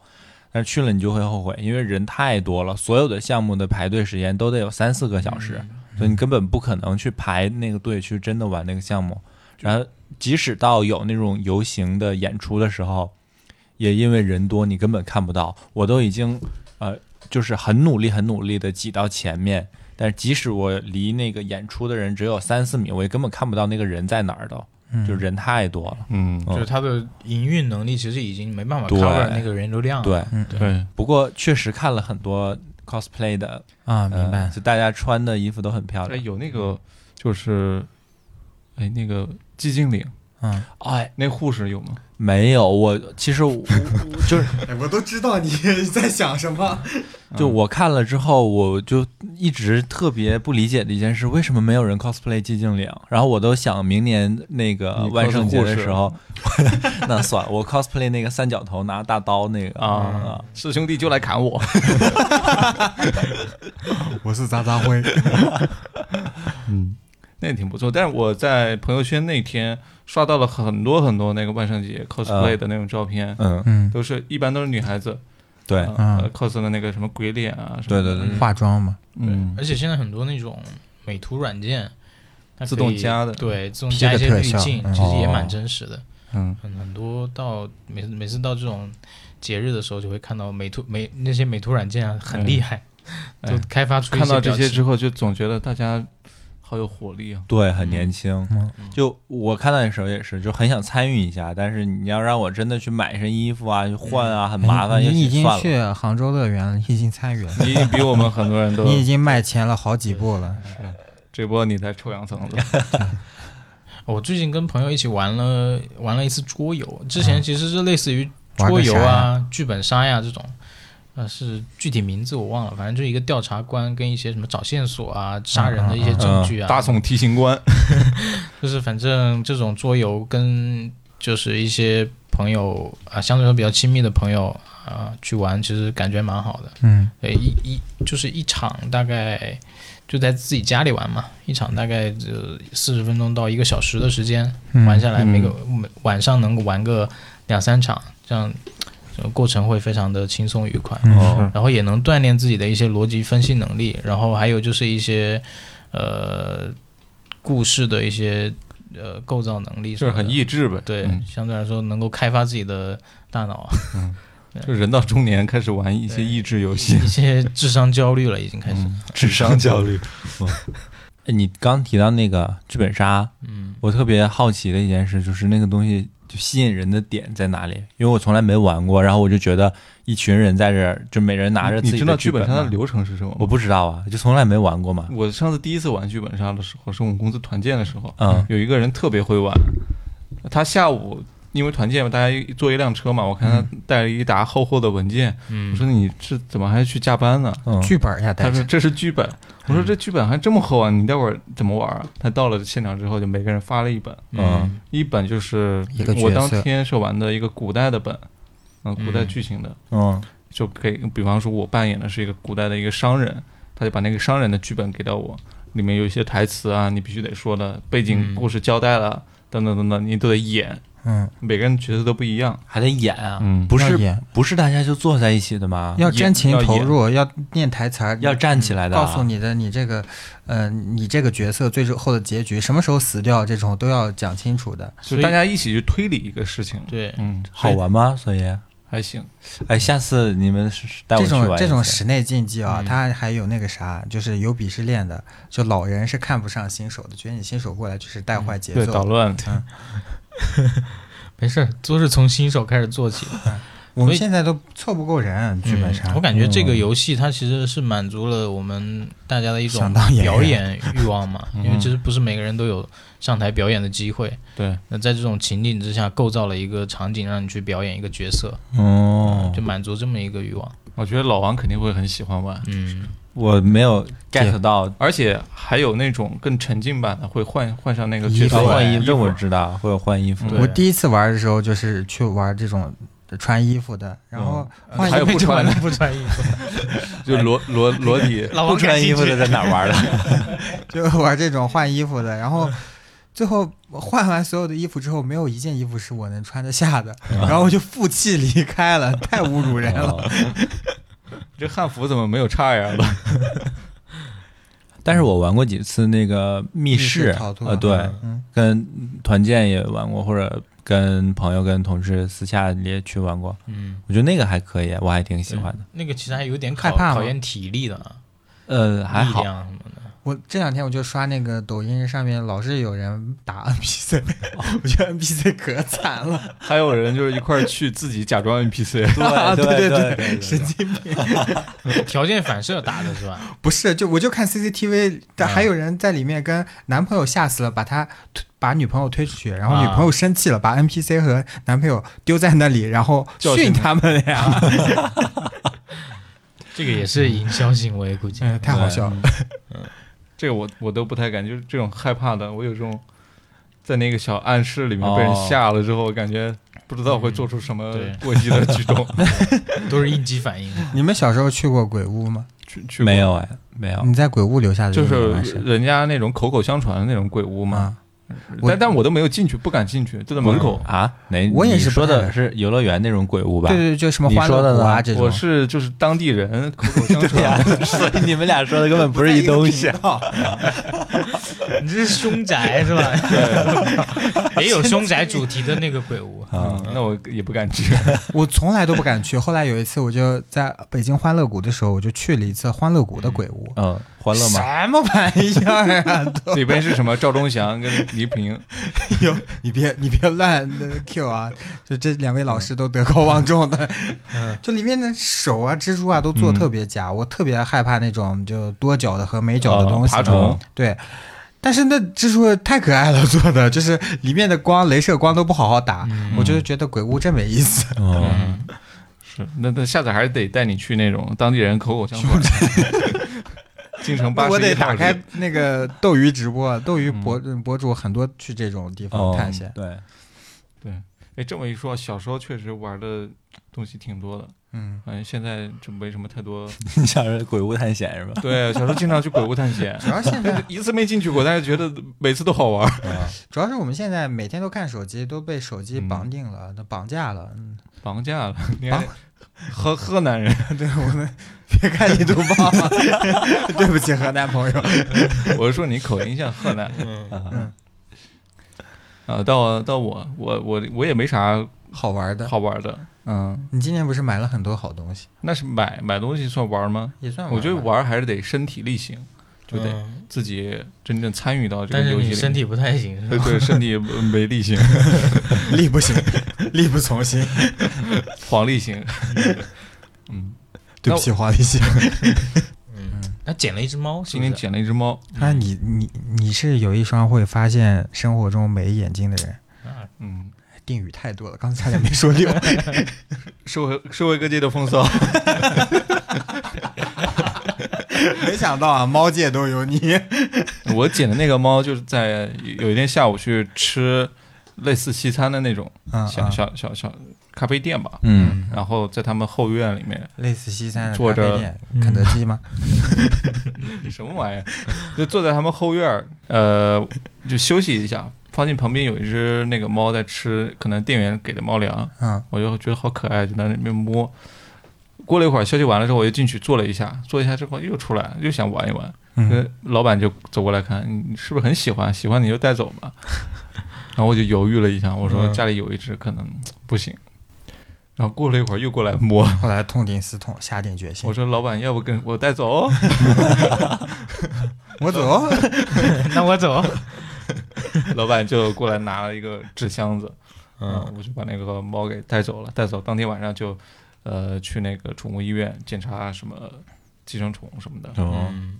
S6: 但是去了你就会后悔，因为人太多了，所有的项目的排队时间都得有三四个小时，所以你根本不可能去排那个队去真的玩那个项目。然后即使到有那种游行的演出的时候，也因为人多你根本看不到。我都已经呃，就是很努力很努力的挤到前面，但是即使我离那个演出的人只有三四米，我也根本看不到那个人在哪儿的，
S4: 嗯
S6: 就人太多了。
S3: 嗯，
S5: 就是它的营运能力其实已经没办法
S6: 对
S5: cover 那个人流
S4: 嗯
S5: 量了。
S6: 对，
S3: 对，
S6: 不过确实看了很多 cosplay 的，
S4: 啊，
S6: 呃
S4: 明白。
S6: 就大家穿的衣服都很漂
S3: 哎，
S6: 亮。
S3: 有那个就是，哎，那个寂静岭
S4: 嗯，
S6: 哎，
S3: 那护士有吗？
S6: 没有，我其实我就是
S4: 哎我都知道你 在想什么。
S6: 就我看了之后，我就一直特别不理解的一件事，为什么没有人 cosplay 寂静岭？然后我都想明年那个
S3: 你 cos
S6: 万圣节
S3: 护
S6: 的
S3: 士
S6: 时候， 那算了，我 cosplay 那个三角头拿大刀那个
S3: 啊，是兄弟就来砍我，
S4: 我是渣渣辉。
S3: 那也挺不错。但是我在朋友圈那天刷到了很多很多那个万圣节 cosplay 的那种照片，
S6: 嗯，
S4: 嗯，
S3: 都是一般都是女孩子，
S6: 对，
S4: 啊
S3: 呃，cos 的那个什么鬼脸啊，什
S6: 对
S3: 么
S6: 对
S3: 的
S6: 对，
S4: 化妆嘛，
S3: 嗯，
S5: 而且现在很多那种美图软件，它可以
S3: 自动加的
S5: 对，自动
S4: 批
S5: 加
S4: 个
S5: 一些
S4: 特
S5: 滤
S4: 效
S5: 镜，
S4: 嗯
S5: 其实也
S6: 哦
S5: 蛮真实的。
S3: 嗯，
S5: 很很多到每次每次到这种节日的时候，就会看到美图美那些美图软件啊，很厉害，
S3: 哎
S5: 就开发出一
S3: 看到这
S5: 表
S3: 些
S5: 情
S3: 之后，就总觉得大家好有活力啊。
S6: 对，很年轻。
S4: 嗯
S6: 就我看到的时候也是，就很想参与一下，但是你要让我真的去买一身衣服啊，去换啊，很麻烦，
S4: 哎你
S6: 也
S4: 你已
S6: 许
S4: 经
S6: 算了。嗯
S4: 去杭州乐园了，你已经参 与了，
S3: 你已经比我们很多人都，
S4: 你已经迈前了好几步了。
S3: 这波你在臭氧层子，
S5: 我最近跟朋友一起玩了玩了一次桌游，之前其实是类似于桌游
S4: 玩个啥
S5: 啊、剧本杀呀、这种，呃，是具体名字我忘了，反正就一个调查官跟一些什么找线索啊、杀人的一些证据啊，
S3: 大宋提刑官，
S5: 就是反正这种桌游跟就是一些朋友啊，相对来说比较亲密的朋友啊去玩，其实感觉蛮好的。
S4: 嗯，
S5: 对，一一就是一场大概就在自己家里玩嘛，一场大概就四十分钟到一个小时的时间，
S4: 嗯
S5: 玩下来每个每晚上能够玩个两三场，这样这个过程会非常的轻松愉快，
S4: 嗯
S3: 哦
S5: 然后也能锻炼自己的一些逻辑分析能力，然后还有就是一些呃故事的一些呃构造能力什
S3: 就
S5: 么
S3: 是
S5: 的，
S3: 很益智呗。
S5: 对，
S3: 嗯
S5: 相对来说能够开发自己的大脑，
S3: 就人到中年开始玩一些
S5: 对
S3: 益智游戏，
S5: 一些智商焦虑了已经开始。
S6: 智商焦 虑。哎你刚提到那个剧本杀，
S5: 嗯
S6: 我特别好奇的一件事就是那个东西就吸引人的点在哪里？因为我从来没玩过，然后我就觉得一群人在这儿，就每人拿着自
S3: 你
S6: 己
S3: 知道
S6: 的
S3: 剧
S6: 本
S3: 本杀的
S6: 嘛
S3: 流程是什么吗？
S6: 我不知道啊，就从来没玩过嘛。
S3: 我上次第一次玩剧本杀的时候，是我们公司团建的时候，
S6: 嗯
S3: 有一个人特别会玩，他下午因为团建嘛，大家一坐一辆车嘛，我看他
S6: 嗯
S3: 带了一沓厚厚的文件，我
S5: 嗯，
S3: 说你是怎么还去加班呢？
S6: 嗯，
S4: 剧本呀，
S3: 他
S4: 但
S3: 说
S4: 是
S3: 这是剧本，我
S4: 嗯
S3: 说这剧本还这么厚啊，你待会儿怎么玩啊？他到了现场之后，就每个人发了一本，
S6: 嗯
S3: 一本就是
S4: 一个角色
S3: 我当天是玩的一个古代的本，嗯，古代剧情的，
S6: 嗯
S3: 就给比方说我扮演的是一个古代的一个商人，他就把那个商人的剧本给到我，里面有一些台词啊，你必须得说的，背景
S5: 嗯
S3: 故事交代了，等等等等，你都得演，
S4: 嗯，
S3: 每个人角色都不一样，
S6: 还得演啊，
S3: 嗯
S6: 不
S4: 要
S6: 是
S4: 演
S6: 不是大家就坐在一起的吗？
S4: 要
S3: 演
S4: 真情
S3: 要
S4: 投
S3: 演
S4: 入，要念台词儿，
S6: 要站起来的啊
S4: 告诉你的，你这个，呃，你这个角色最后的结局，什么时候死掉，这种都要讲清楚的。
S3: 就
S5: 所以
S3: 大家一起去推理一个事情，
S5: 对，
S3: 嗯，
S6: 好玩吗？所以，
S3: 还行，
S6: 哎，下次你们是是带我
S4: 这
S6: 去玩一
S4: 种
S6: 次
S4: 这种室内竞技啊
S5: 嗯，
S4: 它还有那个啥，就是有鄙视链的，就老人是看不上新手的，觉得你新手过来就是带坏节
S3: 对，
S4: 奏
S3: 捣。乱了，
S5: 没事儿，都是从新手开始做 起。
S4: 我
S5: 所
S4: 们
S5: 以
S4: 现在都凑不够人，剧本杀。
S5: 嗯我感觉这个游戏它其实是满足了我们大家的一种
S4: 想当演员
S5: 表演欲望嘛，
S3: 嗯
S5: 因为其实不是每个人都有上台表演的机会。
S3: 对，
S5: 那在这种情境之下，构造了一个场景让你去表演一个角色，
S6: 哦
S5: 就，满足这么一个欲望。
S3: 我觉得老王肯定会很喜欢玩，
S5: 嗯，
S6: 我没有 get 到。
S3: 而且还有那种更沉浸版的，会换换上那个
S4: 衣
S3: 角
S4: 服
S3: 色
S6: 换
S4: 对
S6: 衣服，这我知道，会有换衣服。
S5: 对
S4: 我第一次玩的时候，就是去玩这种穿衣服的，然后
S5: 嗯
S4: 换
S3: 还有
S4: 衣服
S3: 不穿的
S5: 不穿衣服，
S3: 就裸裸裸体，
S5: 老
S6: 不穿衣服的在哪玩的？
S4: 就玩这种换衣服的，然后最后我换完所有的衣服之后，没有一件衣服是我能穿得下的，
S6: 啊
S4: 然后我就负气离开了，太侮辱人
S6: 哦
S4: 了。
S3: 这汉服怎么没有叉腰的？
S6: 但是我玩过几次那个密室
S4: 密室逃，脱
S6: 呃，对
S4: 嗯，
S6: 跟团建也玩过，或者跟朋友、跟同事私下也去玩过。
S5: 嗯，
S6: 我觉得那个还可以，我还挺喜欢的。
S5: 那个其实还有点
S4: 害
S5: 考
S4: 怕吗
S5: 考验体力的啊，
S6: 呃，还好
S5: 力，量什么的。
S4: 我这两天我就刷那个抖音上面老是有人打 NPC，我觉得 NPC 可惨了，
S3: 还有人就是一块儿去自己假装 NPC，
S6: 对
S4: 啊对
S6: 对
S4: 对，神经病。
S5: 条件反射打的是 吧？
S4: 不是，就我就看 CCTV，但
S6: 啊
S4: 还有人在里面跟男朋友吓死了，把他推把女朋友推出去，然
S6: 啊
S4: 后女朋友生气了，把 NPC 和男朋友丢在那里，然后
S3: 教训
S4: 训他们呀，
S5: 这个也是营销行为，估 计。
S4: 嗯，太好笑了。
S3: 这个我我都不太敢，就是这种害怕的，我有这种在那个小暗室里面被人吓了之后，我感觉不知道会做出什么
S5: 对
S3: 过激的举动。
S5: 都是应激反应。
S4: 你们小时候去过鬼屋吗？
S3: 去去 过
S6: 对，没，有哎，没有。
S4: 你在鬼屋留下的
S3: 就
S4: 印象
S3: 是
S4: 是
S3: 人家那种口口相传的那种鬼屋嘛，
S4: 啊，我
S3: 但但我都没有进去，不敢进去，就在门口。
S6: 啊？哪？
S4: 我也是
S6: 你说
S4: 不太
S6: 的是游乐园那种鬼屋吧？
S4: 对对，对，就什么
S6: 你
S4: 欢
S6: 说的
S4: 乐谷啊
S6: 呢
S4: 这种。
S3: 我是就是当地人口口相
S6: 对呀
S3: 传，，
S6: 所以你们俩说的根本不是一东西。
S5: 你这是凶宅是吧？ 也有凶宅主题的那个鬼屋。
S3: 嗯那我也不敢去。
S4: 我从来都不敢去。后来有一次，我就在北京欢乐谷的时候，我就去了一次欢乐谷的鬼屋。
S6: 嗯，欢乐吗？
S4: 什么玩意儿啊！ 都
S3: 里边是什么？赵忠祥跟倪萍，
S4: 有你别你别乱 Q 啊！就这两位老师都德高望重的，
S3: 嗯
S4: 就里面的手啊、蜘蛛啊都做得特别假，我特别害怕那种就多脚的和没脚的东西。
S3: 哦爬虫
S4: 对。但是那蜘蛛太可爱了，做的就是里面的光，镭射光都不好好打，
S3: 嗯
S4: 我就是觉得鬼屋真没意思。
S6: 嗯，
S3: 是，那那下次还是得带你去那种当地人口口相传。 京城八十
S4: 我得
S3: 一
S4: 打
S3: 套
S4: 开
S3: 是
S4: 那个斗鱼直播，
S3: 嗯
S4: 斗鱼博嗯博主很多去这种地方
S6: 哦
S4: 探险。
S6: 对，
S3: 对，哎，这么一说，小时候确实玩的东西挺多的，
S4: 嗯，
S3: 反正现在就没什么太多。
S6: 你想是鬼屋探险是吧？
S3: 对，小时候经常去鬼屋探险
S4: 主，要现在
S3: 一次没进去过，但是觉得每次都好玩。
S4: 主要是我们现在每天都看手机，都被手机绑定了，都绑架了。嗯
S3: 绑架了，你还得
S4: 河河南人，对我们别看你读报
S3: 啊
S4: 了，对不起河南朋友。
S3: 我是说你口音像河南。嗯啊，到到我我我我也没啥
S4: 好玩的，
S3: 好玩的，嗯，
S4: 你今年不是买了很多好东西，
S3: 那是买买东西算玩吗？
S4: 也算
S3: 我觉得
S4: 吧
S3: 玩儿还是得身体力行，就得
S5: 嗯
S3: 自己真正参与到这
S5: 但
S3: 个
S5: 是
S3: 游戏里
S5: 你
S3: 面。
S5: 身体不太行，是
S3: 对
S5: 吧？
S3: 对，身体呃没力行，
S4: 力不行， 力不从心，
S3: 黄力行。嗯，
S4: 对不起黄立行。
S5: 他捡了一只猫，是
S3: 今
S5: 不
S3: 天
S5: 是？
S3: 捡了一只猫，
S4: 那你你你是有一双会发现生活中美眼睛的人。
S5: 啊
S3: 嗯，
S4: 定语太多了，刚才差点没说溜。
S3: 社会社会各界的风骚，
S4: 没想到啊，猫界都有你。
S3: 我捡的那个猫就是在有一天下午去吃类似西餐的那种
S4: 嗯，
S3: 小小小小咖啡店吧，
S6: 嗯，
S3: 然后在他们后院里 面，
S4: 类似西餐的
S3: 坐
S4: 咖
S3: 着
S4: 啡店，肯德基吗？
S3: 什么玩意儿，就坐在他们后院儿，呃，就休息一下。发现旁边有一只那个猫在吃，可能店员给的猫粮，
S4: 嗯，
S3: 我就觉得好可爱，就在那边摸。过了一会儿，休息完了之后，我就进去坐了一下，坐一下之后又出来，又想玩一玩。
S4: 嗯
S3: 呃，老板就走过来看，你是不是很喜欢？喜欢你就带走吧。然后我就犹豫了一下，我说
S5: 嗯
S3: 家里有一只，可能不行。然后过了一会儿又过来摸，
S4: 后来痛定思痛，下定决心，
S3: 我
S4: 嗯我
S3: 说老板，要不跟我带走？
S4: 我 走，
S5: 那我走。
S3: 老板就过来拿了一个纸箱子，嗯，我就把那个猫给带走了，带走。当天晚上就，呃，去那个宠物医院检查什么寄生虫什么的。
S6: 哦，
S5: 嗯，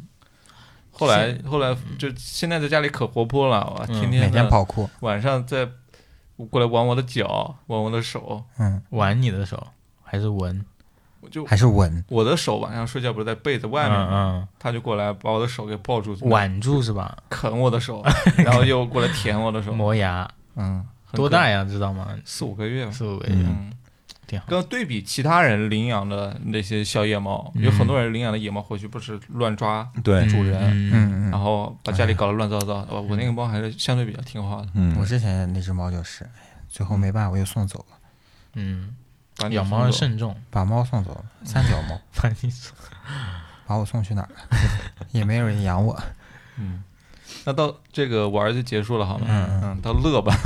S3: 后来后来就现在在家里可活泼了，哇，
S5: 嗯
S3: 天天
S4: 每天
S3: 的
S4: 跑酷。
S3: 晚上在过来玩我的脚，玩我的手，
S4: 嗯，
S5: 挽你的手还是闻？
S3: 我就
S4: 还是稳。
S3: 我的手晚上睡觉不是在被子外面吗，
S5: 嗯
S3: 他就过来把我的手给抱住，
S5: 嗯，挽住是吧？
S3: 啃我的手，然后又过来舔我 的手，
S5: 磨牙，
S3: 嗯，很
S5: 多
S3: 可爱
S5: 大？呀？知道吗？
S3: 四五个月吧。
S5: 四五个月，
S6: 嗯
S3: 嗯，
S5: 挺好。
S3: 跟对比其他人领养的那些小野猫，
S5: 嗯
S3: 有很多人领养的野猫回去不是乱抓，
S6: 对，
S3: 主人
S5: 嗯，哎
S4: 嗯
S3: 然
S4: 嗯，
S3: 后把家里搞得乱糟糟。哦我我那个猫还是相对比较听话的，
S6: 嗯，
S4: 我之前那只猫就是，哎呀最后没办法，我又送走了，
S5: 嗯，
S3: 把
S5: 嗯
S3: 你
S5: 养猫要
S3: 送走
S5: 慎重，
S4: 把猫送走了，三脚 猫，
S5: 把你送
S4: 把我送去哪儿了？也没有人养我。
S3: 嗯，那到这个玩儿就结束了好吗？
S5: 嗯
S3: 嗯，到乐吧。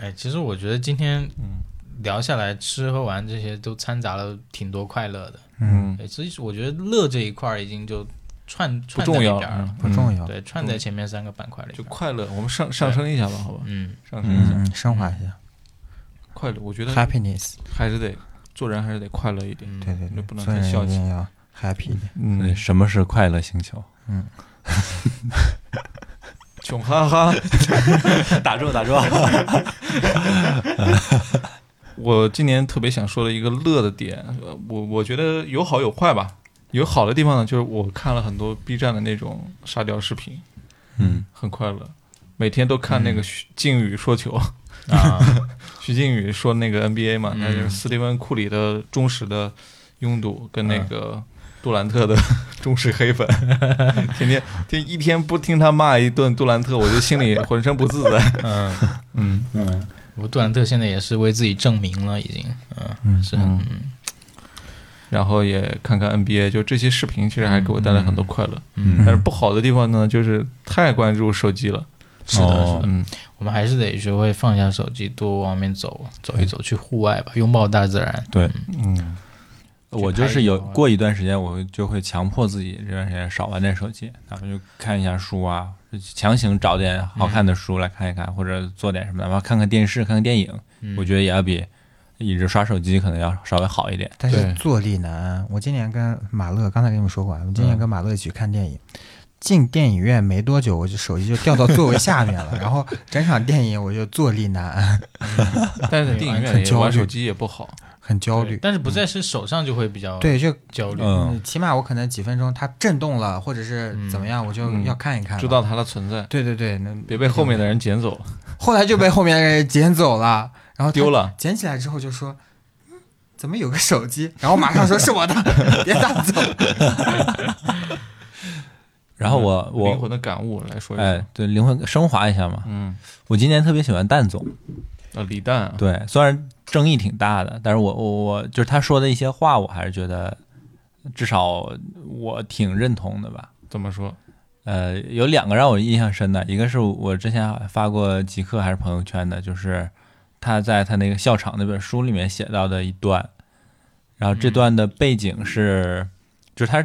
S5: 哎，其实我觉得今天
S3: 嗯
S5: 聊下来，吃和玩这些都掺杂了挺多快乐的。
S3: 嗯，
S5: 哎，所以我觉得乐这一块儿已经就串
S3: 不
S5: 串在
S3: 重要嗯
S5: 里边儿了，
S4: 不重要，嗯
S5: 对，串在前面三个板块里
S3: 就
S5: 边儿。
S3: 快乐，我们上上升一下吧，好吧？
S5: 嗯，
S3: 上升一下，
S4: 嗯，升华一下
S3: 快乐，我觉得
S4: ，happiness，
S3: 还是得做人还是得快乐一点。
S5: 嗯
S4: 对对
S3: 就
S4: 对
S3: 不，能
S4: 做
S3: 太
S4: 人
S3: 消
S4: 一
S3: 极
S4: 定要 happy 一点。
S6: 对，
S3: 嗯，
S6: 什么是快乐星球？
S3: 穷哈哈。
S6: 打住，打住，
S3: 我今年特别想说的一个乐的点，呃我我觉得有好有坏吧。有好的地方呢，就是我看了很多 B 站的那种沙雕视频，
S6: 嗯，
S3: 很快乐。每天都看那个徐靖宇说球，
S5: 嗯啊，
S3: 徐靖宇说那个 NBA 嘛，
S5: 嗯
S3: 那就是斯蒂芬库里的忠实的拥堵，跟那个
S5: 嗯
S3: 杜兰特的 忠实黑 粉，天天天一天不听他骂一顿杜兰特，我就心里浑身不自在。
S5: 嗯，
S3: 嗯，
S5: 我杜兰特现在也是为自己证明了，已经，嗯，是很，嗯
S3: 然后也看看 NBA，就这些视频其实还给我带来很多快乐。
S5: 嗯
S3: 但是不好的地方呢，就是太关注手机了。
S5: 是的，是
S6: 哦
S5: 的，
S3: 嗯，
S5: 我们还是得学会放下手机，多往面走走一走，去户外吧，拥抱大自然。
S6: 对，
S3: 嗯，
S6: 我就是有啊
S5: 去拍一个
S6: 过一段时间，我会就会强迫自己这段时间少玩点手机，哪怕就看一下书啊，就强行找点好看的书来看一看，或者做点什么，哪怕看看电视、看看电影，我觉得也要比一直刷手机可能要稍微好一点。
S4: 但
S3: 对
S4: 是坐立难。我今年跟马乐，刚才跟你们说过啊，我今
S3: 嗯
S4: 年跟马乐一起看电影。进电影院没多久，我就手机就掉到座位下面了，然后整场电影我就坐立难安，
S3: 但是电影院
S4: 很
S3: 也
S4: 焦虑
S3: 玩手机也不好。
S4: 很焦
S5: 对
S4: 虑。
S5: 但是不在是手上就会比较
S4: 对，就
S5: 焦虑。
S6: 嗯，
S4: 起码我可能几分钟它震动了，或者是怎么样，我就
S3: 嗯
S4: 要看一看。
S3: 知。道它的存在，
S4: 对对对，那
S3: 别被后面的人捡走，
S4: 后来就被后面的人捡走了，然后他
S3: 丢了。
S4: 捡起来之后就说。嗯怎么有个手机？然后马上说是 我的，别带走。
S6: 然后我
S3: 灵
S6: 我
S3: 魂的感悟来说一
S6: 哎
S3: 下，，
S6: 对灵魂升华一下嘛。
S3: 嗯，
S6: 我今年特别喜欢蛋总，
S3: 呃，李诞啊，
S6: 对，虽然争议挺大的，但是我我我就是他说的一些话，我还是觉得至少我挺认同的吧。
S3: 怎么说？
S6: 呃，有两个让我印象深的，一个是我之前发过极客还是朋友圈的，就是他在他那个校场那本书里面写到的一段，然后这段的背景是，就是他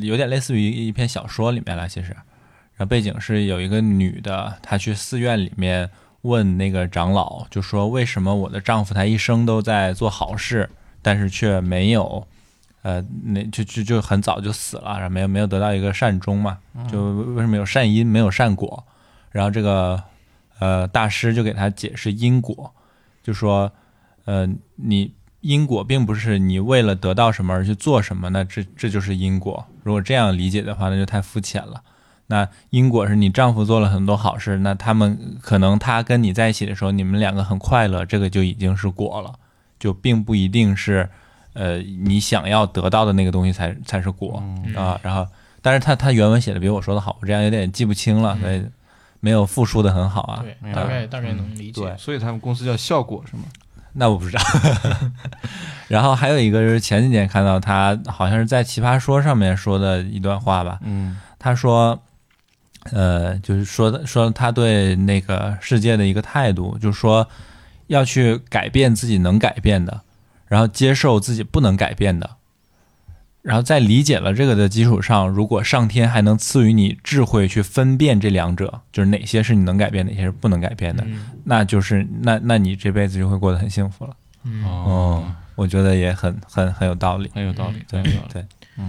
S6: 有点类似于一篇小说里面了，其实，然后背景是有一个女的，她去寺院里面问那个长老，就说为什么我的丈夫他一生都在做好事，但是却没有。呃，那就就就很早就死了，然后没有没有得到一个善终嘛，就为什么有善因没有善果？然后这个呃大师就给他解释因果，就说呃你因果并不是你为了得到什么而去做什么，那这这就是因果。如果这样理解的话，那就太肤浅了。那因果是你丈夫做了很多好事，那他们可能他跟你在一起的时候，你们两个很快乐，这个就已经是果了，就并不一定是。呃，你想要得到的那个东西才才是果、啊。然后，但是他他原文写的比我说的好，我这样有点记不清了，所以没有复述的很好啊。
S5: 对，大概大概能理解。
S6: 对
S3: 所以他们公司叫效果是吗？
S6: 那我不知道。 然后还有一个就是前几天看到他好像是在《奇葩说》上面说的一段话吧，
S3: 嗯，
S6: 他说，呃，就是说说他对那个世界的一个态度，就是说要去改变自己能改变的，然后接受自己不能改变的，然后在理解了这个的基础上，如果上天还能赐予你智慧去分辨这两者，就是哪些是你能改变，哪些是不能改变的，
S5: 嗯
S6: 那就是那那你这辈子就会过得很幸福了。
S5: 嗯，
S6: 哦，我觉得也很很很有道理。
S3: 很有道理，
S6: 对
S3: 很有道理。
S6: 对，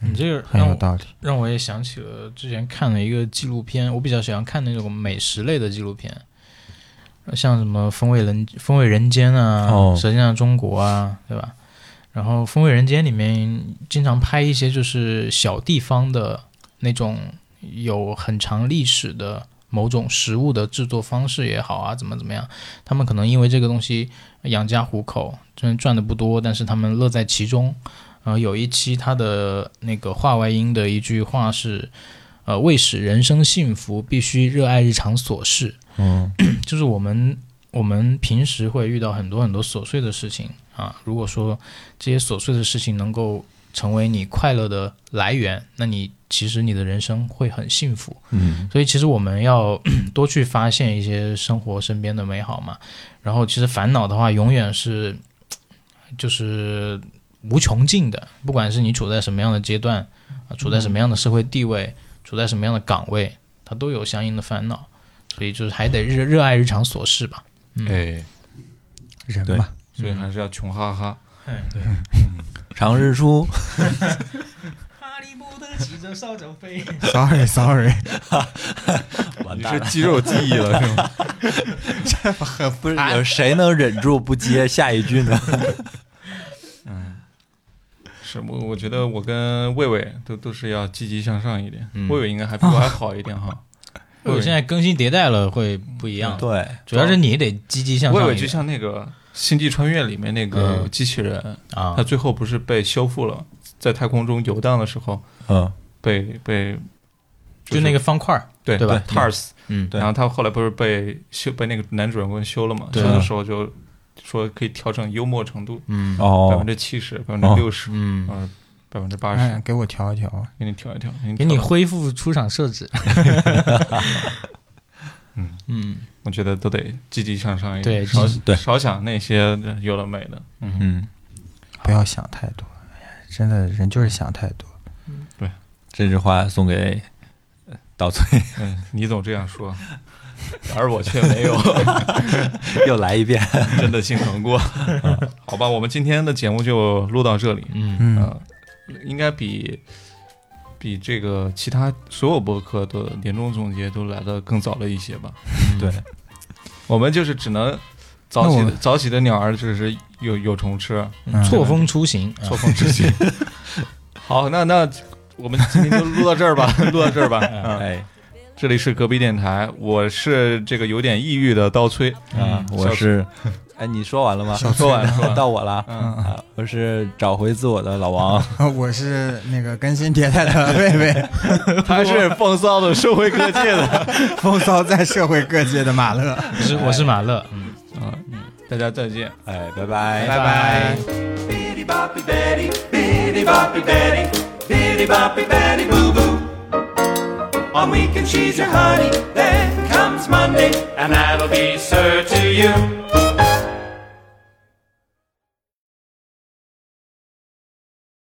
S5: 你这个
S4: 很
S5: 让
S4: 有
S5: 我
S4: 道理。
S5: 让我也想起了之前看了一个纪录片，我比较喜欢看那种美食类的纪录片，像什么《风味人风味人间》啊，
S6: 哦
S5: 舌尖上的中国》啊，对吧？然后《风味人间》里面经常拍一些就是小地方的那种有很长历史的某种食物的制作方式也好啊，怎么怎么样，他们可能因为这个东西养家糊口，虽然赚的不多，但是他们乐在其中。然后有一期他的那个话外音的一句话是，呃，为使人生幸福，必须热爱日常琐事。
S6: 嗯
S5: 就是我们我们平时会遇到很多很多琐碎的事情啊。如果说这些琐碎的事情能够成为你快乐的来源，那你其实你的人生会很幸福。
S6: 嗯
S5: 所以其实我们要 多去发现一些生活身边的美好嘛。然后其实烦恼的话，永远是就是无穷尽的，不管是你处在什么样的阶段，啊，处在什么样的社会地位，处在什么样的岗位，它都有相应的烦恼。所以就是还得热热爱日常琐事吧。
S3: 哎，
S4: 人
S6: 对
S4: 嘛，
S3: 所以还是要穷哈哈。
S5: 哎，对。
S6: 长日出，
S5: 哈利波特骑着扫帚飞。
S4: Sorry Sorry，哎
S6: 完
S3: 你是肌肉记忆了是吗？
S6: 不是 有谁能忍住不接下一句 呢？
S3: 是我我觉得我跟魏魏都都是要积极向上一点，魏魏应该还比我还好一点哈。魏
S5: 我
S3: 魏
S5: 现在更新迭代了，会不一样。，
S6: 对，
S5: 主要是你得积极向上
S3: 魏
S5: 一点。
S3: 魏就像那个《星际穿越》里面那个
S5: 嗯
S3: 机器人，
S5: 啊
S3: 他，最后不是被修复了，在太空中游荡的时候
S6: 嗯，
S3: 被被
S5: 就那个方块儿。
S3: 对
S5: 对吧
S3: ？Tars，
S5: 嗯，
S6: 对
S3: 然后他后来不是被修被那个男主人公修了嘛？修
S5: 对啊
S3: 的时候就说可以调整幽默程度，
S5: 嗯
S3: 百分
S6: 哦，
S3: 之七十、百分之六十、
S5: 嗯，
S3: 嗯，百分之八
S4: 哎
S3: 十，
S4: 给我调一调。
S3: 给你调一调，
S5: 给你
S3: 调到，
S5: 恢复出厂设置。
S3: 嗯
S5: 嗯，
S3: 我觉得都得积极向上一点，
S5: 对
S3: 少
S6: 积极对
S3: 少想那些有了没 的，嗯，
S6: 嗯，
S4: 不要想太多，哎呀真的人就是想太 多。
S6: 这句话送给呃岛村，
S3: 嗯你总这样说， 而我却没有
S6: 又来一遍。
S3: 真的心疼 过，好吧，我们今天的节目就录到这里，
S5: 嗯，
S4: 嗯，
S3: 呃，应该比比这个其他所有播客的年终总结都来的更早了一些吧。
S6: 对，
S3: 我们就是只能早起
S4: 那我
S3: 的
S4: 们
S3: 早起的鸟儿就是有有虫吃，
S4: 嗯
S5: 错峰出行，
S3: 错峰之 行。好，那那我们今天就录到这儿吧， 录到这儿吧。啊，
S6: 哎
S4: 嗯
S3: 这里是隔壁电台，我是这个有点抑郁的刀崔，嗯
S6: 啊，我是，哎，你说完了吗？
S3: 说完了说完了
S6: 到我了。
S3: 嗯
S6: 啊，我是找回自我的老王，
S4: 我是那个更新迭代的魏魏，
S3: 他是风骚的社会各界的。
S4: 风骚在社会各界的马乐。
S5: 我是我是马乐，嗯
S3: 啊，
S5: 大家再见，
S6: 哎，拜拜，
S5: 拜拜
S1: Bitty boppy Betty, bitty boppy Betty, bitty boppy Betty boo boo. On weekend she's your honey, then comes Monday, and that'll be sir to you.